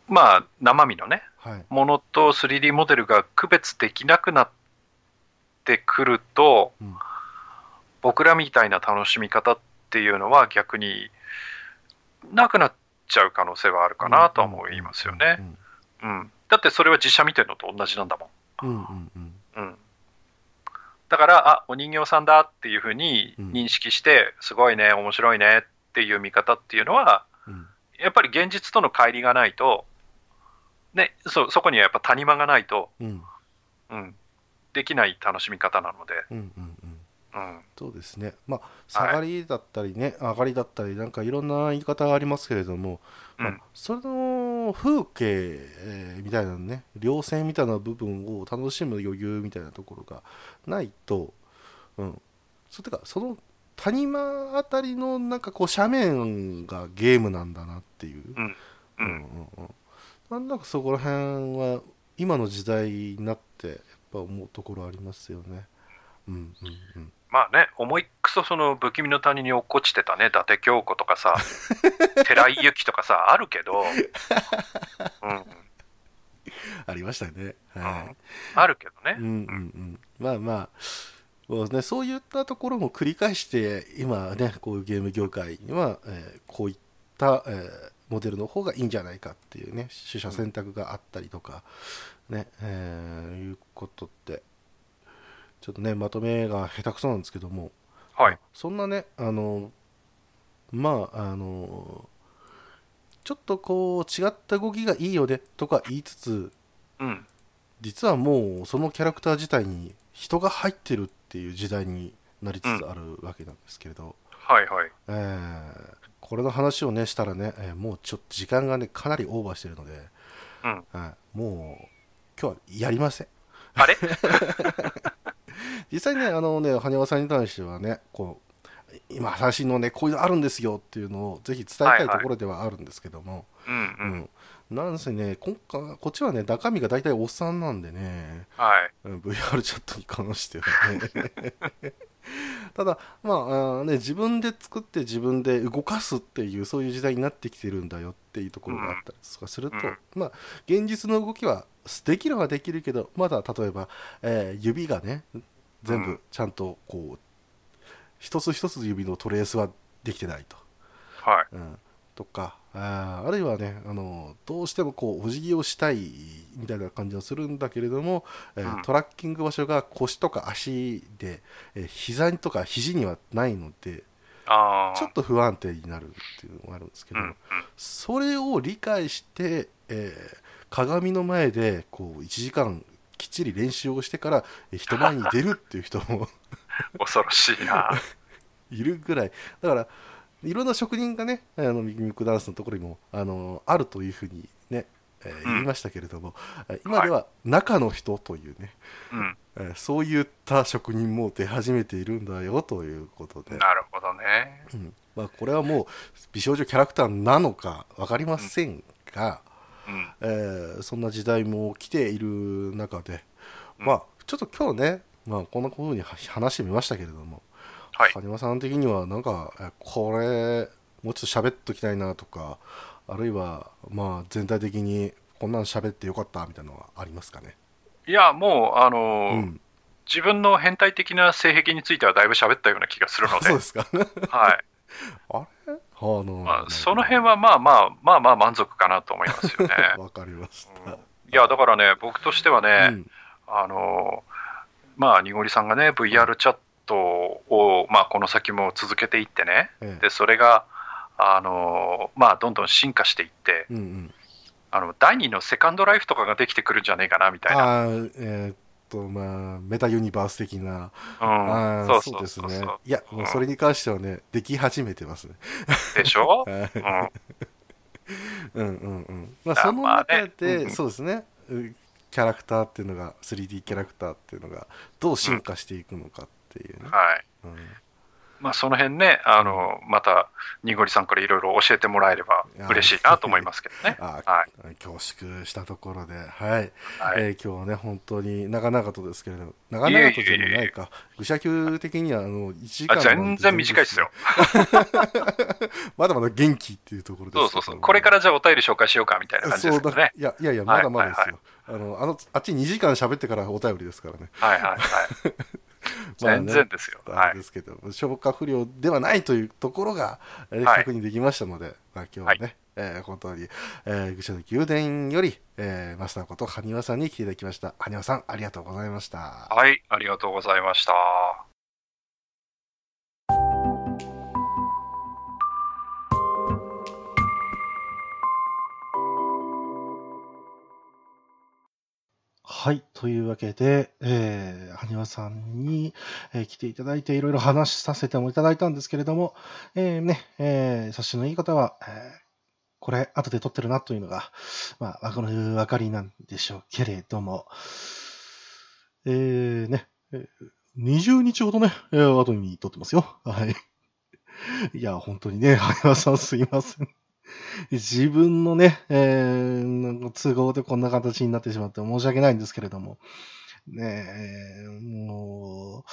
[SPEAKER 5] まあ生身のね
[SPEAKER 4] はい、
[SPEAKER 5] ものと 3D モデルが区別できなくなってくると、
[SPEAKER 4] うん
[SPEAKER 5] 僕らみたいな楽しみ方っていうのは逆になくなっちゃう可能性はあるかなとは思いますよね。うん、だってそれは実写見てるのと同じなんだもん。
[SPEAKER 4] うん。うんうんうん
[SPEAKER 5] うん、だからあお人形さんだっていうふうに
[SPEAKER 4] うん
[SPEAKER 5] 認識して、すごいね面白いねっていう見方っていうのは
[SPEAKER 4] うん
[SPEAKER 5] やっぱり現実との乖離がないと、ね、そそこにはやっぱ谷間がないと、
[SPEAKER 4] うん
[SPEAKER 5] うん、できない楽しみ方なので、
[SPEAKER 4] うんうんうん
[SPEAKER 5] うん、
[SPEAKER 4] そうですね、まあ、下がりだったりね、上がりだったり、なんかいろんな言い方がありますけれども、まあ
[SPEAKER 5] うん
[SPEAKER 4] その風景、えーみたいなね、稜線みたいな部分を楽しむ余裕みたいなところがないと、うん、そてか、その谷間あたりのなんかこう斜面がゲームなんだなっていう。
[SPEAKER 5] う
[SPEAKER 4] うん
[SPEAKER 5] ん、
[SPEAKER 4] うんうんなんだかそこら辺は今の時代になってやっぱ思うところありますよね。うんうんうん
[SPEAKER 5] まあね思いっくそその不気味の谷に落っこちてたね伊達京子とかさ 寺井由紀とかさあるけど、うん、
[SPEAKER 4] ありましたね。
[SPEAKER 5] う
[SPEAKER 4] は
[SPEAKER 5] んあるけど
[SPEAKER 4] い。う
[SPEAKER 5] ね、
[SPEAKER 4] んうんうん。まあまあ、そうですね、そういったところも繰り返して、今ね、こういうゲーム業界には、えーこういった、えーモデルの方がいいんじゃないかっていうね、取捨選択があったりとか、ね、えーいうことって、ちょっとね、まとめが下手くそなんですけども、
[SPEAKER 5] はい、
[SPEAKER 4] そんなねあのまああのちょっとこう違った動きがいいよねとか言いつつ
[SPEAKER 5] うん、
[SPEAKER 4] 実はもうそのキャラクター自体に人が入ってるっていう時代になりつつあるわけなんですけれど、
[SPEAKER 5] はいはい
[SPEAKER 4] えーこれの話をねしたらね、えーもうちょっと時間がねかなりオーバーしてるので、
[SPEAKER 5] うん
[SPEAKER 4] はいもう今日はやりません
[SPEAKER 5] あれ
[SPEAKER 4] 実際ね、あのね、羽生さんに関してはね、こう、今、最新のね、こういうのあるんですよっていうのを、ぜひ伝えたいところではあるんですけども、
[SPEAKER 5] うんうん
[SPEAKER 4] うん。なんせね、今回、こっちはね、中身が大体おっさんなんでね、
[SPEAKER 5] はい
[SPEAKER 4] うん VR チャットに関してはね。 ただ、まああーね、自分で作って自分で動かすっていう、そういう時代になってきてるんだよっていうところがあったりとかすると、
[SPEAKER 5] うん
[SPEAKER 4] まあ、現実の動きはできるはできるけど、まだ例えば、えー指がね、全
[SPEAKER 5] う
[SPEAKER 4] 部
[SPEAKER 5] ん
[SPEAKER 4] ちゃんとこう、一つ一つ指のトレースはできてないと。
[SPEAKER 5] はい
[SPEAKER 4] うんとかあーあるいはねあのどうしてもこうお辞儀をしたいみたいな感じがするんだけれども、えー
[SPEAKER 5] うん
[SPEAKER 4] トラッキング場所が腰とか足で、えー膝とか肘にはないので
[SPEAKER 5] ああ
[SPEAKER 4] ちょっと不安定になるっていうのがあるんですけ
[SPEAKER 5] う
[SPEAKER 4] ど、
[SPEAKER 5] んうん
[SPEAKER 4] それを理解して、えー鏡の前でこう1時間きっちり練習をしてからえー人前に出るっていう人も
[SPEAKER 5] 恐ろしいな
[SPEAKER 4] いるぐらいだからいろんな職人がねあのミミックダンスのところにもあのあるというふうにね、えー
[SPEAKER 5] うん
[SPEAKER 4] 言いましたけれども、えー今では中の人というね、
[SPEAKER 5] うん
[SPEAKER 4] えーそういった職人も出始めているんだよということで、
[SPEAKER 5] なるほどね
[SPEAKER 4] うんまあ、これはもう美少女キャラクターなのか分かりませんが、
[SPEAKER 5] うん
[SPEAKER 4] えーそんな時代も来ている中で、
[SPEAKER 5] うん
[SPEAKER 4] まあちょっと今日ね、まあ、こんなふうに話してみましたけれども、
[SPEAKER 5] はい
[SPEAKER 4] 羽生さん的にはなんかえこれもうちょっと喋っときたいなとかあるいはまあ全体的にこんなん喋ってよかったみたいなのはありますかね
[SPEAKER 5] いやもうあの
[SPEAKER 4] う
[SPEAKER 5] ー
[SPEAKER 4] ん
[SPEAKER 5] 自分の変態的な性癖についてはだいぶ喋ったような気がするの
[SPEAKER 4] あ
[SPEAKER 5] で
[SPEAKER 4] そうです か
[SPEAKER 5] はい
[SPEAKER 4] あの
[SPEAKER 5] まあ、その辺はまあまあまあまあ満足かなと思いますよね、
[SPEAKER 4] わかりまし
[SPEAKER 5] うん
[SPEAKER 4] た、
[SPEAKER 5] いやだからね僕としてはね、
[SPEAKER 4] うん
[SPEAKER 5] あのまあにごりさんがね VR チャットを、まあ、この先も続けていってね
[SPEAKER 4] ええ
[SPEAKER 5] でそれがあのまあどんどん進化していって
[SPEAKER 4] うんうん
[SPEAKER 5] あの第二のセカンドライフとかができてくるんじゃねえかなみたいな、
[SPEAKER 4] あーえーっとまあメタユニバース的な、
[SPEAKER 5] うん
[SPEAKER 4] あーそうですね
[SPEAKER 5] そう
[SPEAKER 4] いやもうそれに関してはねでき始めてますね
[SPEAKER 5] でし ょ、
[SPEAKER 4] はい
[SPEAKER 5] う
[SPEAKER 4] うんう
[SPEAKER 5] ん、
[SPEAKER 4] んうん。まあ、
[SPEAKER 5] だ
[SPEAKER 4] その中
[SPEAKER 5] まあね
[SPEAKER 4] で、
[SPEAKER 5] うん
[SPEAKER 4] そうですね。うんキャラクターっていうのが、3D キャラクターっていうのが、どう進化していくのかっていうね。
[SPEAKER 5] はい
[SPEAKER 4] うん
[SPEAKER 5] まあ、その辺ね、あのまた、にごりさんからいろいろ教えてもらえれば嬉しいなと思いますけどね。
[SPEAKER 4] あ
[SPEAKER 5] はい、
[SPEAKER 4] 恐縮したところで、はい、
[SPEAKER 5] はい
[SPEAKER 4] えー今日はね、本当に長々とですけれども、長々とでもないか、愚者級的にはあの1時間
[SPEAKER 5] あ
[SPEAKER 4] なんて
[SPEAKER 5] 全然短いですよ。。
[SPEAKER 4] まだまだ元気っていうところですけど
[SPEAKER 5] そうそうそう。これからじゃあお便り紹介しようかみたいな感じで
[SPEAKER 4] そう
[SPEAKER 5] すけど
[SPEAKER 4] だ
[SPEAKER 5] ね
[SPEAKER 4] い。やいやいや、
[SPEAKER 5] は
[SPEAKER 4] ま
[SPEAKER 5] い
[SPEAKER 4] だまだですよ。あのあのあっち2時間喋ってからお便りですからね。
[SPEAKER 5] はいはいはい。
[SPEAKER 4] まあ
[SPEAKER 5] 全然ですよ。
[SPEAKER 4] あ
[SPEAKER 5] は
[SPEAKER 4] れ
[SPEAKER 5] い
[SPEAKER 4] で。すけど、消化不良ではないというところが、えー
[SPEAKER 5] はい
[SPEAKER 4] 確認できましたので、まあ、今日はね、えー本当に、えー愚者の宮殿より、えーマスターこと埴輪さんに来ていただきました。埴輪さん、ありがとうございました。
[SPEAKER 5] はい、ありがとうございました。
[SPEAKER 4] はい。というわけで、えー、埴輪さんに、えー来ていただいて、いろいろ話しさせてもいただいたんですけれども、えーね、えー、察しのいい方は、えーこれ、後で撮ってるなというのが、まあ、わかる、わかりなんでしょうけれども、えー、ね、えー20日ほどね、えー後に撮ってますよ。はい。いや、本当にね、埴輪さんすいません。自分のね、えーなんか都合でこんな形になってしまって申し訳ないんですけれども、ねえ、も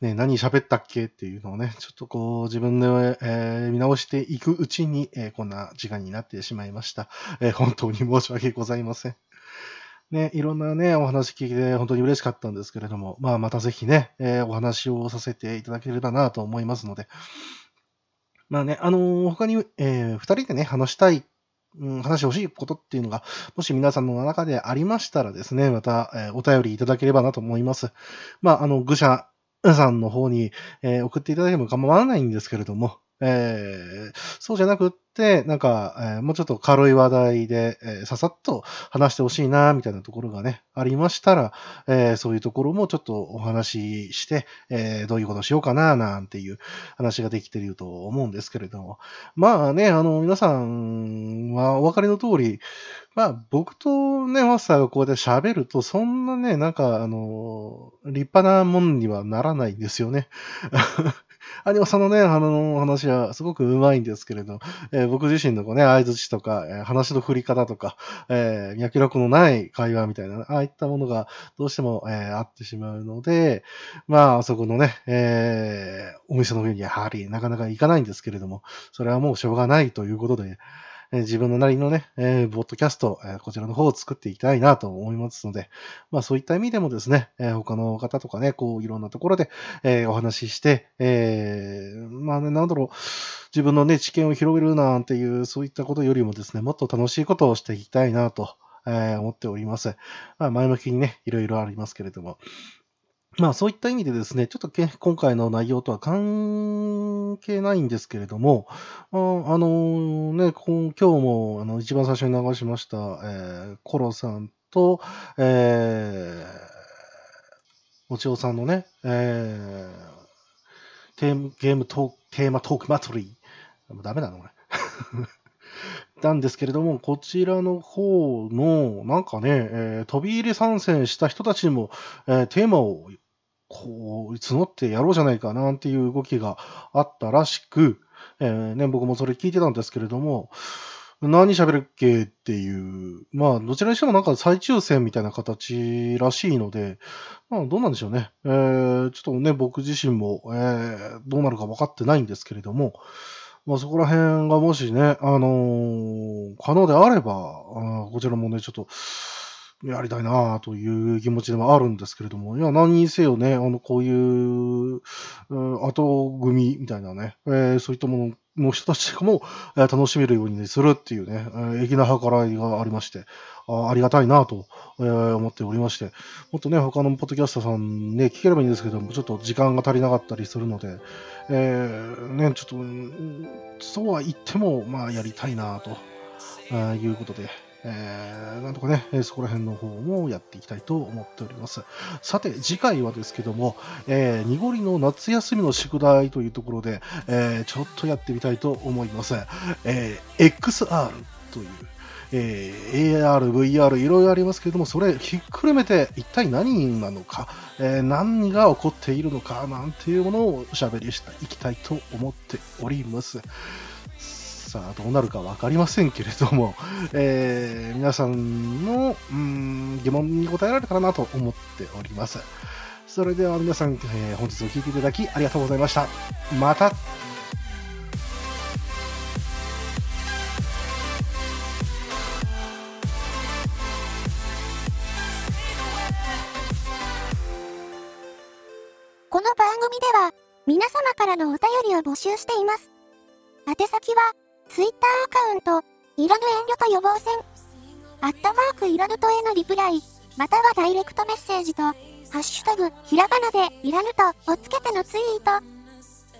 [SPEAKER 4] う、ね、何喋ったっけっていうのをね、ちょっとこう自分で、えー見直していくうちに、えーこんな時間になってしまいました、えー本当に申し訳ございません。ね、いろんなね、お話聞いて本当に嬉しかったんですけれども、まあまたぜひね、えーお話をさせていただければなと思いますので、まあね、あのー他に、えー二人でね、話したい、うん、話してほしいことっていうのが、もし皆さんの中でありましたらですね、また、えーお便りいただければなと思います。まあ、あの、愚者さんの方に、えー送っていただいても構わないんですけれども、えーそうじゃなくって、なんか、えーもうちょっと軽い話題で、えーささっと話してほしいな、みたいなところがね、ありましたら、えーそういうところもちょっとお話しして、えーどういうことしようかな、なんていう話ができていると思うんですけれども。まあね、あの、皆さんはお分かりの通り、まあ僕とね、マスターがこうやって喋ると、そんなね、なんか、あの、立派なもんにはならないんですよね。 アニマさんのね、あの話はすごくうまいんですけれど、えー僕自身のこうね、相槌とか、えー話の振り方とか、えー脈絡のない会話みたいな、ああいったものがどうしても、えーあってしまうので、まあ、あそこのね、えーお店の上にやはりなかなか行かないんですけれども、それはもうしょうがないということで、えー自分のなりのね、えー、ボットキャスト、えーこちらの方を作っていきたいなと思いますので、まあそういった意味でもですね、えー他の方とかね、こういろんなところで、えーお話しして、えーまあね、なんだろう、自分のね、知見を広げるなんていう、そういったことよりもですね、もっと楽しいことをしていきたいなと、えー思っております。まあ前向きにね、いろいろありますけれども、まあそういった意味でですね、ちょっとけ今回の内容とは関係ないんですけれども、ああのね、こん今日もあの一番最初に流しました、えーコロさんと、えー、おちおさんのね、えーテーマゲームトーク、テーマトーク祭り。もうダメだな、これ。 なんですけれども、こちらの方の、なんかね、えー飛び入り参戦した人たちにも、えーテーマをこう募ってやろうじゃないかなんていう動きがあったらしく、えーね、僕もそれ聞いてたんですけれども、何喋るっけっていう、まあ、どちらにしてもなんか再抽選みたいな形らしいので、まあ、どうなんでしょうね。えーちょっとね、僕自身も、えーどうなるか分かってないんですけれども、まあ、そこら辺がもしね、あのー可能であれば、あーこちらもね、ちょっと、やりたいなあという気持ちでもあるんですけれども、いや、何にせよね、あの、こういう、うん後組みたいなね、えーそういったものの人たちも、えー楽しめるように、するっていうね、えー粋な計らいがありまして、あーありがたいなあと、えー思っておりまして、もっとね、他のポッドキャスターさんね、聞ければいいんですけども、ちょっと時間が足りなかったりするので、えーね、ちょっと、うんそうは言っても、まあ、やりたいなあと、あーいうことで、えーなんとかね、えーそこら辺の方もやっていきたいと思っております。さて、次回はですけども、えー、濁りの夏休みの宿題というところで、えーちょっとやってみたいと思います。えー XR という、えー AR、VR いろいろありますけれども、それひっくるめて一体何なのか、えー何が起こっているのかなんていうものをおしゃべりしていきたいと思っております。さあ、どうなるか分かりませんけれども、えー皆さんのうーん疑問に答えられたらなと思っております。それでは皆さん、えー本日お聴きいただきありがとうございました。また
[SPEAKER 3] この番組では、皆様からのお便りを募集しています。宛先は、Twitter アカウント、いらぬ遠慮と予防線、アットマークいらぬとへのリプライ、またはダイレクトメッセージと、ハッシュタグ、ひらがなで、いらぬとをつけてのツイート。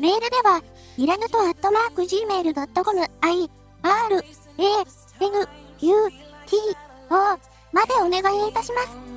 [SPEAKER 3] メールでは、いらぬとアットマーク gmail.com、i, r, a, n, u, t, o までお願いいたします。